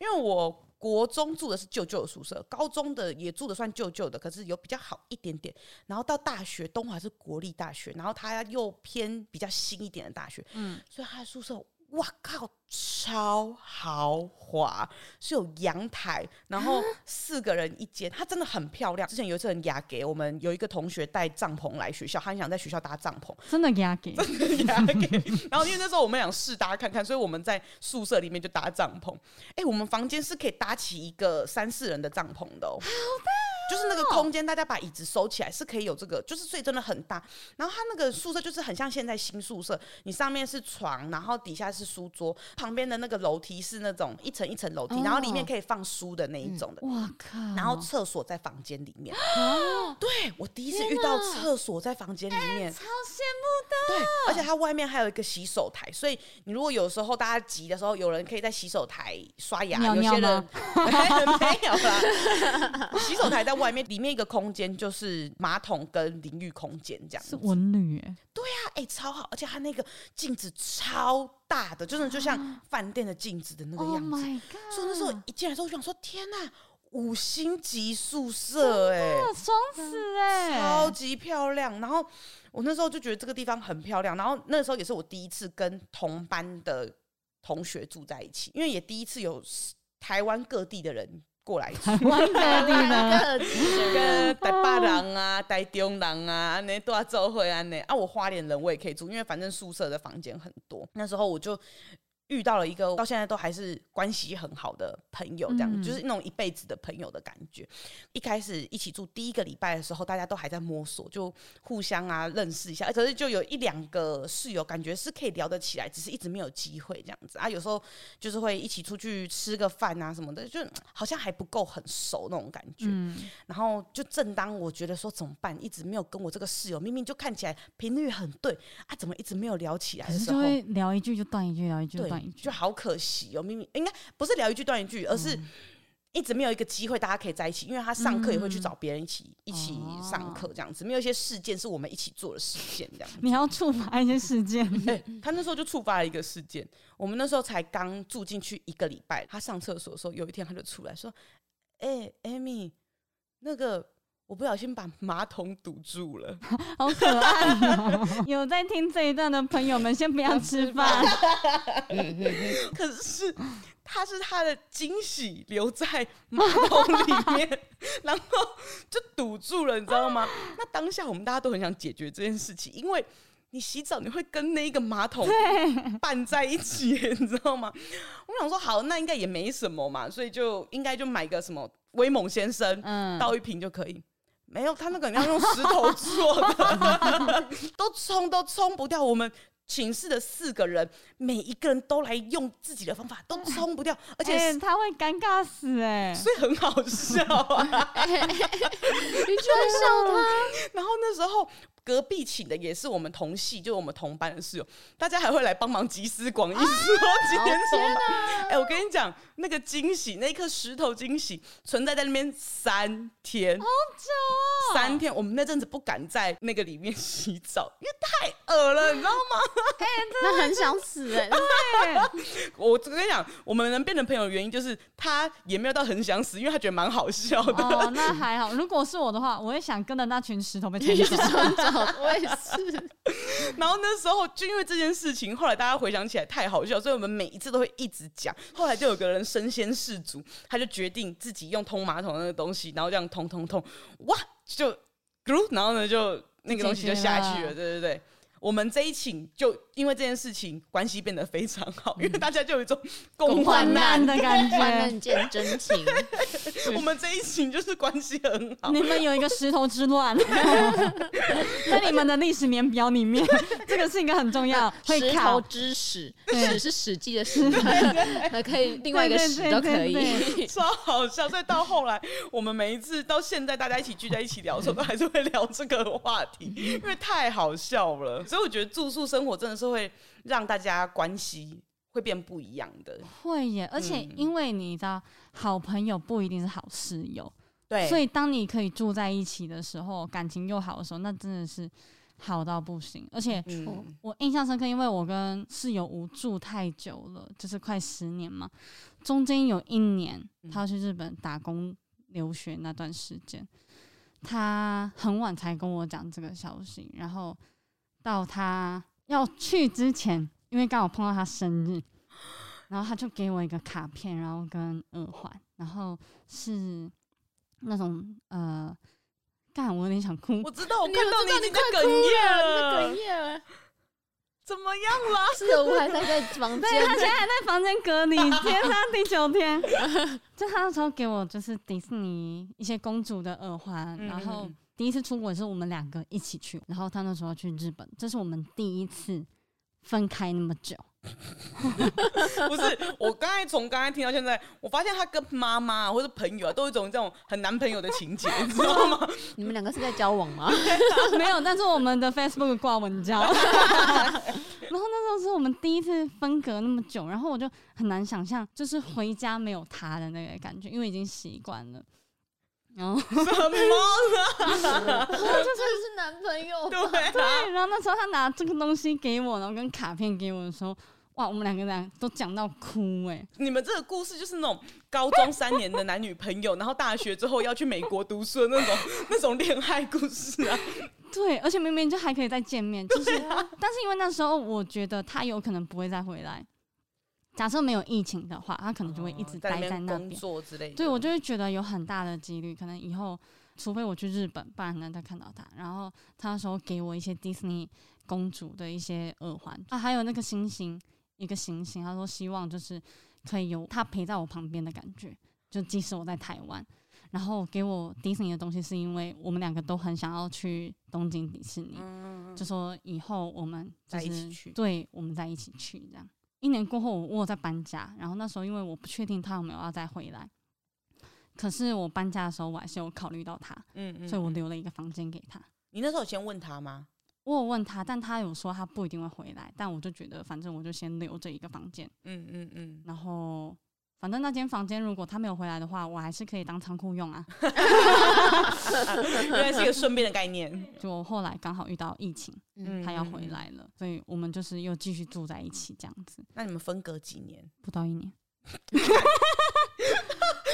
因为我国中住的是旧旧的宿舍，高中的也住的算旧旧的，可是有比较好一点点。然后到大学，东华是国立大学，然后它又偏比较新一点的大学，嗯，所以它的宿舍，哇靠，超豪华，是有阳台，然后四个人一间，它真的很漂亮。之前有一次很雅给我们有一个同学带帐篷来学校，他很想在学校搭帐篷，真的给他 给，雅给。然后因为那时候我们想试搭看看，所以我们在宿舍里面就搭帐篷。哎、我们房间是可以搭起一个三四人的帐篷的哦。就是那个空间，大家把椅子收起来是可以有这个，就是所以真的很大。然后它那个宿舍就是很像现在新宿舍，你上面是床，然后底下是书桌，旁边的那个楼梯是那种一层一层楼梯，然后里面可以放书的那一种的。哇靠！然后厕所在房间里面，对我第一次遇到厕所在房间里面，超羡慕的，对，而且它外面还有一个洗手台，所以你如果有时候大家急的时候，有人可以在洗手台刷牙，尿尿有些人吗 没有啦。 洗手台在外面，里面一个空间就是马桶跟淋浴空间这样是子。文旅哎、它哎、超好，而且它那个镜子超大的，就是就像饭店的镜子的那个 o h 样子。啊 Oh my god！所以那时候一进来之后，我想说天呐，五星级宿舍哎、爽死哎、超级漂亮。然后我那时候就觉得这个地方很漂亮，然后那时候也是我第一次跟同班的同学住在一起，因为也第一次有台湾各地的人过来住。湾各地 的，个跟台北人啊、台中人啊，那都要走回安呢。啊，我花莲人我也可以住，因为反正宿舍的房间很多。那时候我就遇到了一个到现在都还是关系很好的朋友，这样、嗯就是那种一辈子的朋友的感觉。一开始一起住第一个礼拜的时候，大家都还在摸索，就互相啊认识一下。可是就有一两个室友感觉是可以聊得起来，只是一直没有机会这样子啊。有时候就是会一起出去吃个饭啊什么的，就好像还不够很熟那种感觉。嗯，然后就正当我觉得说怎么办，一直没有跟我这个室友，明明就看起来频率很对啊，怎么一直没有聊起来可的是时就候，会聊一句就断一句，聊一句就对断一，句就。好可惜哦。明明应该不是聊一句断一句，而嗯是一直没有一个机会大家可以在一起，因为他上课也嗯会去找别人一起、一起哦上课这样子，没有一些事件是我们一起做的事件 这样子。你还要触发一些事 件，哎，他那时候就触发了一个事件。我们那时候才刚住进去一个礼拜，他上厕所的时候，有一天他就出来说：“哎、艾米，那个我不小心把马桶堵住了。好可爱、哦。有在听这一段的朋友们，先不要吃 饭。可是他是他的惊喜留在马桶里面， 然后就堵住了，你知道吗？那当下我们大家都很想解决这件事情，因为你洗澡你会跟那一个马桶拌在一起，你知道吗？我想说好，那应该也没什么嘛，所以就应该就买个什么威猛先生嗯，倒一瓶就可以。没有，他那个要用石头做的， 都冲都冲不掉。我们寝室的四个人，每一个人都来用自己的方法，都冲不掉，而而且是、哎他会尴尬死 哎、所以很好笑 啊。你居然笑他？然后那时候隔壁寝的也是我们同系，就是我们同班的室友，大家还会来帮忙集思广益，说今天怎么办？哎、我跟你讲，那个惊喜，那颗石头惊喜存在在那边三天，好久、三天。我们那阵子不敢在那个里面洗澡，因为太恶了，你知道吗？那很想死哎！ 我跟你讲，我们能变成朋友的原因就是他也没有到很想死，因为他觉得蛮好笑的。哦，那还好。如果是我的话，我也想跟着那群石头 被推走。 我也是，然后那时候就因为这件事情，后来大家回想起来太好笑，所以我们每一次都会一直讲。后来就有个人身先士卒，他就决定自己用通马桶的那个东西，然后这样 通通通，哇，就，咕噜然后呢就那个东西就下去了，对对对。我们这一寝就因为这件事情关系变得非常好，因为大家就有一种共 共患患难难。的感患觉。难见真情， 我们这一寝就是关系很好，你们有一个石头之 乱，在你们的历史年表里面， 这个是一个很重要，哦会石考头之史，对史是史记的史， 还可以另外一个对对史对都对可以。 对 超好笑。所以到后来，我们每一次到现在大家一起聚在一起聊的时候，都还是会聊这个话题，因为太好笑了。 所以我觉得住宿生活真的是会让大家关系会变不一样的。会耶。而嗯且因为你知道，好朋友不一定是好室友，对所以当你可以住在一起的时候，感情又好的时候，那真的是好到不行。而且嗯我印象深刻，因为我跟室友吴住太久了，就是快十年嘛。中间有一年，嗯他要去日本打工留学那段时间，他很晚才跟我讲这个消息。然后到他要去之前，因为刚好碰到他生日，然后他就给我一个卡片，然后跟耳环，然后是那种呃，干，我有点想哭。我知道，我你看我到知道已你经在快哽咽那了哽，咽了， 怎么样 啦？啊是的，我还在在房间对，他现在还在房间隔 离，今天是他第九天。就他那时候给我就是迪士尼一些公主的耳环，嗯然后嗯第一次出国是我们两个一起去，然后他那时候去日本，这是我们第一次分开那么久。不是，我刚才从刚才听到现在，我发现他跟妈妈啊或者朋友啊，都有一种这种很男朋友的情节，你知道 吗？你们两个是在交往 吗？没有，但是我们的 Facebook 挂文 交。然后那时候是我们第一次分隔那么久，然后我就很难想象，就是回家没有他的那个感觉，因为已经习惯了。然后什么？啊就是男朋友对啊，对，然后那时候他拿这个东西给我，然后跟卡片给我的时候，哇，我们两个人都讲到哭哎、你们这个故事就是那种高中三年的男女朋友，然后大学之后要去美国读书的那种 那种恋爱故事啊。对，而且明明就还可以再见面，就是， 但是因为那时候我觉得他有可能不会再回来。假设没有疫情的话，他可能就会一直待哦在那工边。作之类的。对我就会觉得有很大的几率，可能以后除非我去日本，不然很难再看到他。然后他那时候给我一些迪士尼公主的一些耳环啊，还有那个星星，一个星星，他说希望就是可以有他陪在我旁边的感觉，就即使我在台湾。然后给我迪士尼的东西，是因为我们两个都很想要去东京迪士尼，嗯，就说以后我们、就在是、一起去对，我们在一起去这样。一年过后，我我有在搬家，然后那时候因为我不确定他有没有要再回来，可是我搬家的时候我还是有考虑到他，嗯嗯所以我留了一个房间给他。你那时候有先问他吗？我有问他，但他有说他不一定会回来，但我就觉得反正我就先留这一个房间，嗯嗯 嗯，然后反正那间房间如果他没有回来的话，我还是可以当仓库用啊。原来是一个顺便的概念。就后来刚好遇到疫情，嗯他要回。来了，所以我们就是又继续住在一起这样子，嗯那你们分隔几年？不到一年。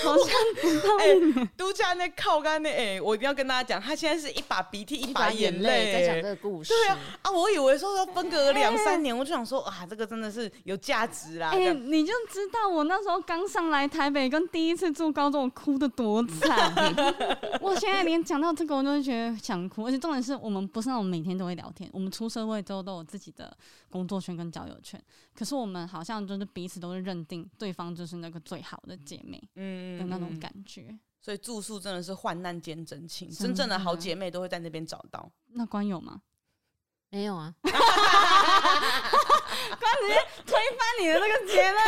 好 像不到哎一年。度假那靠干那哎，我一定要跟大家讲，他现在是一把鼻涕一一把把眼眼泪泪在讲这个故事，对啊，啊，我以为说要分哎隔两三年，我就想说啊，这个真的是有价值啊啦。这哎、样嗯你就知道我那时候刚上来台北，跟第一次住高中，我哭的多惨。 我现在连讲到这个，我都会觉得想哭。而且重点是我们不是那种每天都会聊天，我们出社会之后都有自己的工作圈跟交友圈。可是我们好像就是彼此都是认定对方就是那个最好的姐妹嗯的那种感觉。所以住宿真的是患难见真情，真的真正的好姐妹都会在那边找到。那关有吗？没有啊，关直接推翻你的那个结论。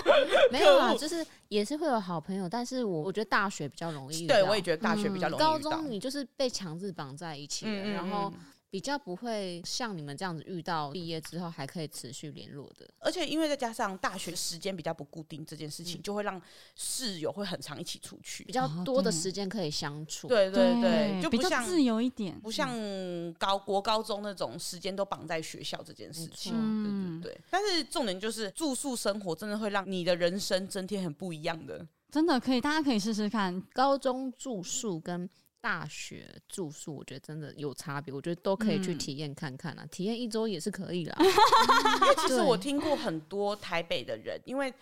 可恶！ 没有啊，可恶就是也是会有好朋友，但是我我觉得大学比较容易遇到，嗯对，我也觉得大学比较容易遇到。高中你就是被强制绑在一起的，嗯嗯然后嗯比较不会像你们这样子遇到毕业之后还可以持续联络的。而且因为再加上大学时间比较不固定，这件事情就会让室友会很常一起出去比。较哦多的对时间可以相处，对对对，就比不较像自由一点。嗯不像高国高中那种时间都绑在学校这件事情。嗯，对，但是重点就是住宿生活真的会让你的人生增添很不一样的。真的可以，大家可以试试看。高中住宿跟大学住宿，我觉得真的有差别，我觉得都可以去嗯体验看看啊，体 验一周也是可以啦。因为其实对我听过很多台北的人，因为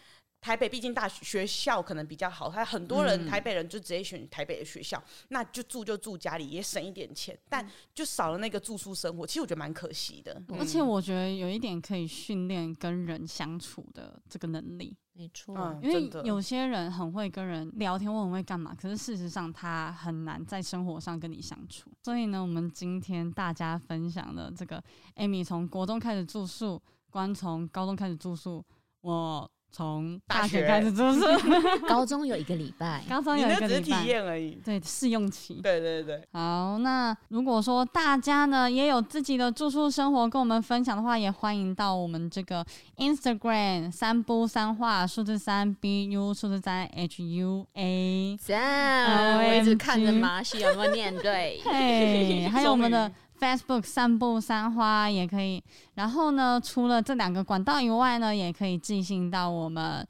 台北毕竟大学学校可能比较好，他很多人、嗯台北人就直接选台北的学校，那就住就住家里也省一点钱，嗯但就少了那个住宿生活，其实我觉得蛮可惜的。而且我觉得有一点可以训练跟人相处的这个能力，没错，嗯，哦因为真的有些人很会跟人聊天，我很会干嘛，可是事实上他很难在生活上跟你相处。所以呢，我们今天大家分享的这个 Amy 从国中开始住宿，关从高中开始住宿，我从大学大学开始住宿， 高中有一个礼拜，高中你有一那个只是礼体拜，验而已。对试用期。对对对，好，那如果说大家呢也有自己的住宿生活跟我们分享的话，也欢迎到我们这个 Instagram 三不三话数字三 B U 数字三 H U A，赞！我 OMG。一直看着马戏有没有念对 嘿，还有我们的 Facebook 散步三花也可以。然后呢，除了这两个管道以外呢，也可以寄信到我们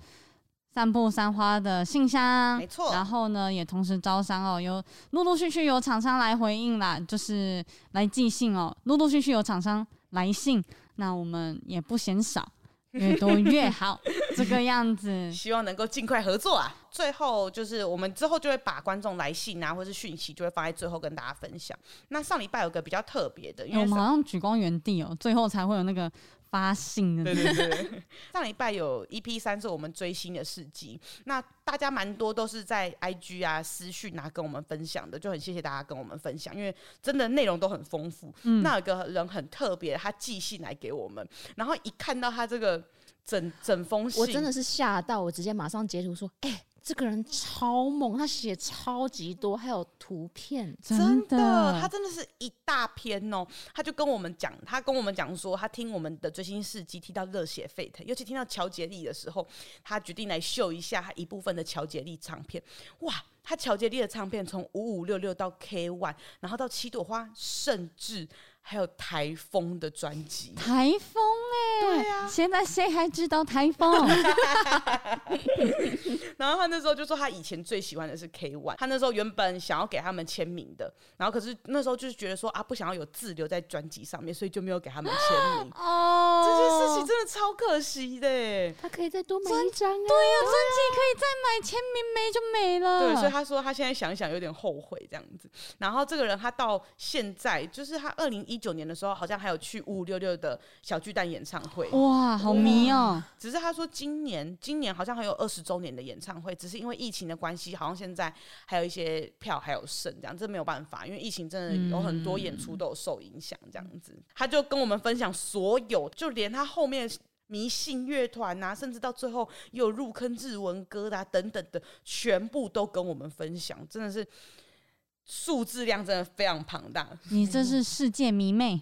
散步三花的信箱没。错。然后呢，也同时招商哦，有陆陆续续有厂商来回应啦，就是来寄信哦，陆陆续续有厂商来信，那我们也不嫌少，越 多越好，这个样子。希望能够尽快合作啊！最后就是我们之后就会把观众来信啊，或是讯息，就会放在最后跟大家分享。那上礼拜有个比较特别的， 因欸我为们上好像举光原地哦，最后才会有那个发信的对对对，对 上礼拜有 EP 三是我们追星的事迹，那大家蛮多都是在 IG 啊私讯啊跟我们分享的，就很谢谢大家跟我们分享，因为真的内容都很丰富。嗯那有个人很特别，他寄信来给我们，然后一看到他这个整整封信，我真的是吓到，我直接马上截图说：“哎、这个人超猛，他写超级多，还有图片。真的，的，他真的是一大篇哦。他就跟我们讲，他跟我们讲说，他听我们的最新事迹，听到热血沸腾，尤其听到乔杰利的时候，他决定来秀一下他一部分的乔杰利唱片。哇，他乔杰利的唱片从五五六六到 K One，然后到七朵花，甚至还有台风的专 辑。台风哎、对啊现在谁还知道台 风？然后他那时候就说他以前最喜欢的是 K One，他那时候原本想要给他们签名的，然后可是那时候就是觉得说啊，不想要有字留在专辑上面，所以就没有给他们签名。哦，这件事情真的超可惜的欸耶。他可以再多买一张啊！对呀、专辑可以再买，签名没就没了。对，所以他说他现在想一想有点后悔这样子。然后这个人他到现在，就是他二零一九年的时候，好像还有去五五六六的小巨蛋演唱会。哇，好迷哦、只是他说今年今年好像还有二十周年的演唱会，只是因为疫情的关系，好像现在还有一些票还有剩，这样这没有办法，因为疫情真的有很多演出都有受影响，这样子。他就跟我们分享所有，就连他后面。迷信乐团啊，甚至到最后又有入坑日文歌的、啊、等等的，全部都跟我们分享，真的是数字量真的非常庞大。 你这是世界迷妹，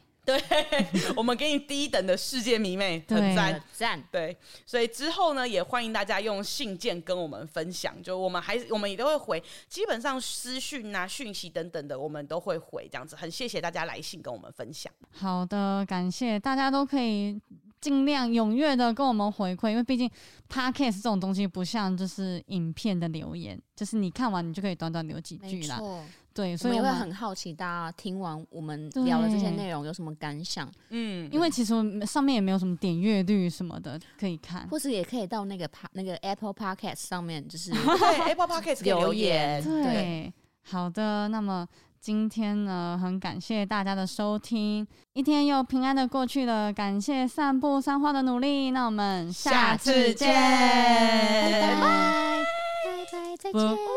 我们给你第一等的世界迷妹，对很赞。赞，对，所以之后呢，也欢迎大家用信件跟我们分享，就我们还是我们也都会回，基本上私讯啊、讯息等等的，我们都会回，这样子很谢谢大家来信跟我们分享。好的，感谢大家都可以尽量踊跃的跟我们回馈，因为毕竟 podcast 这种东西不像就是影片的留言，就是你看完你就可以短短留几没句啦。错。对，我所以们也我会们很好奇，大家听完我们聊的这些对内容有什么感想，嗯，因为其实我们上面也没有什么点阅率什么的可以看。或者也可以到那个 pa- 那个 Apple Podcast 上 面，就是 对 Apple Podcast 可以留留言言，对，对好的，那么今天呢，很感谢大家的收听，一天又平安的过去了，感谢散步三花的努力，那我们下次见，下次见拜拜。拜拜，再不见。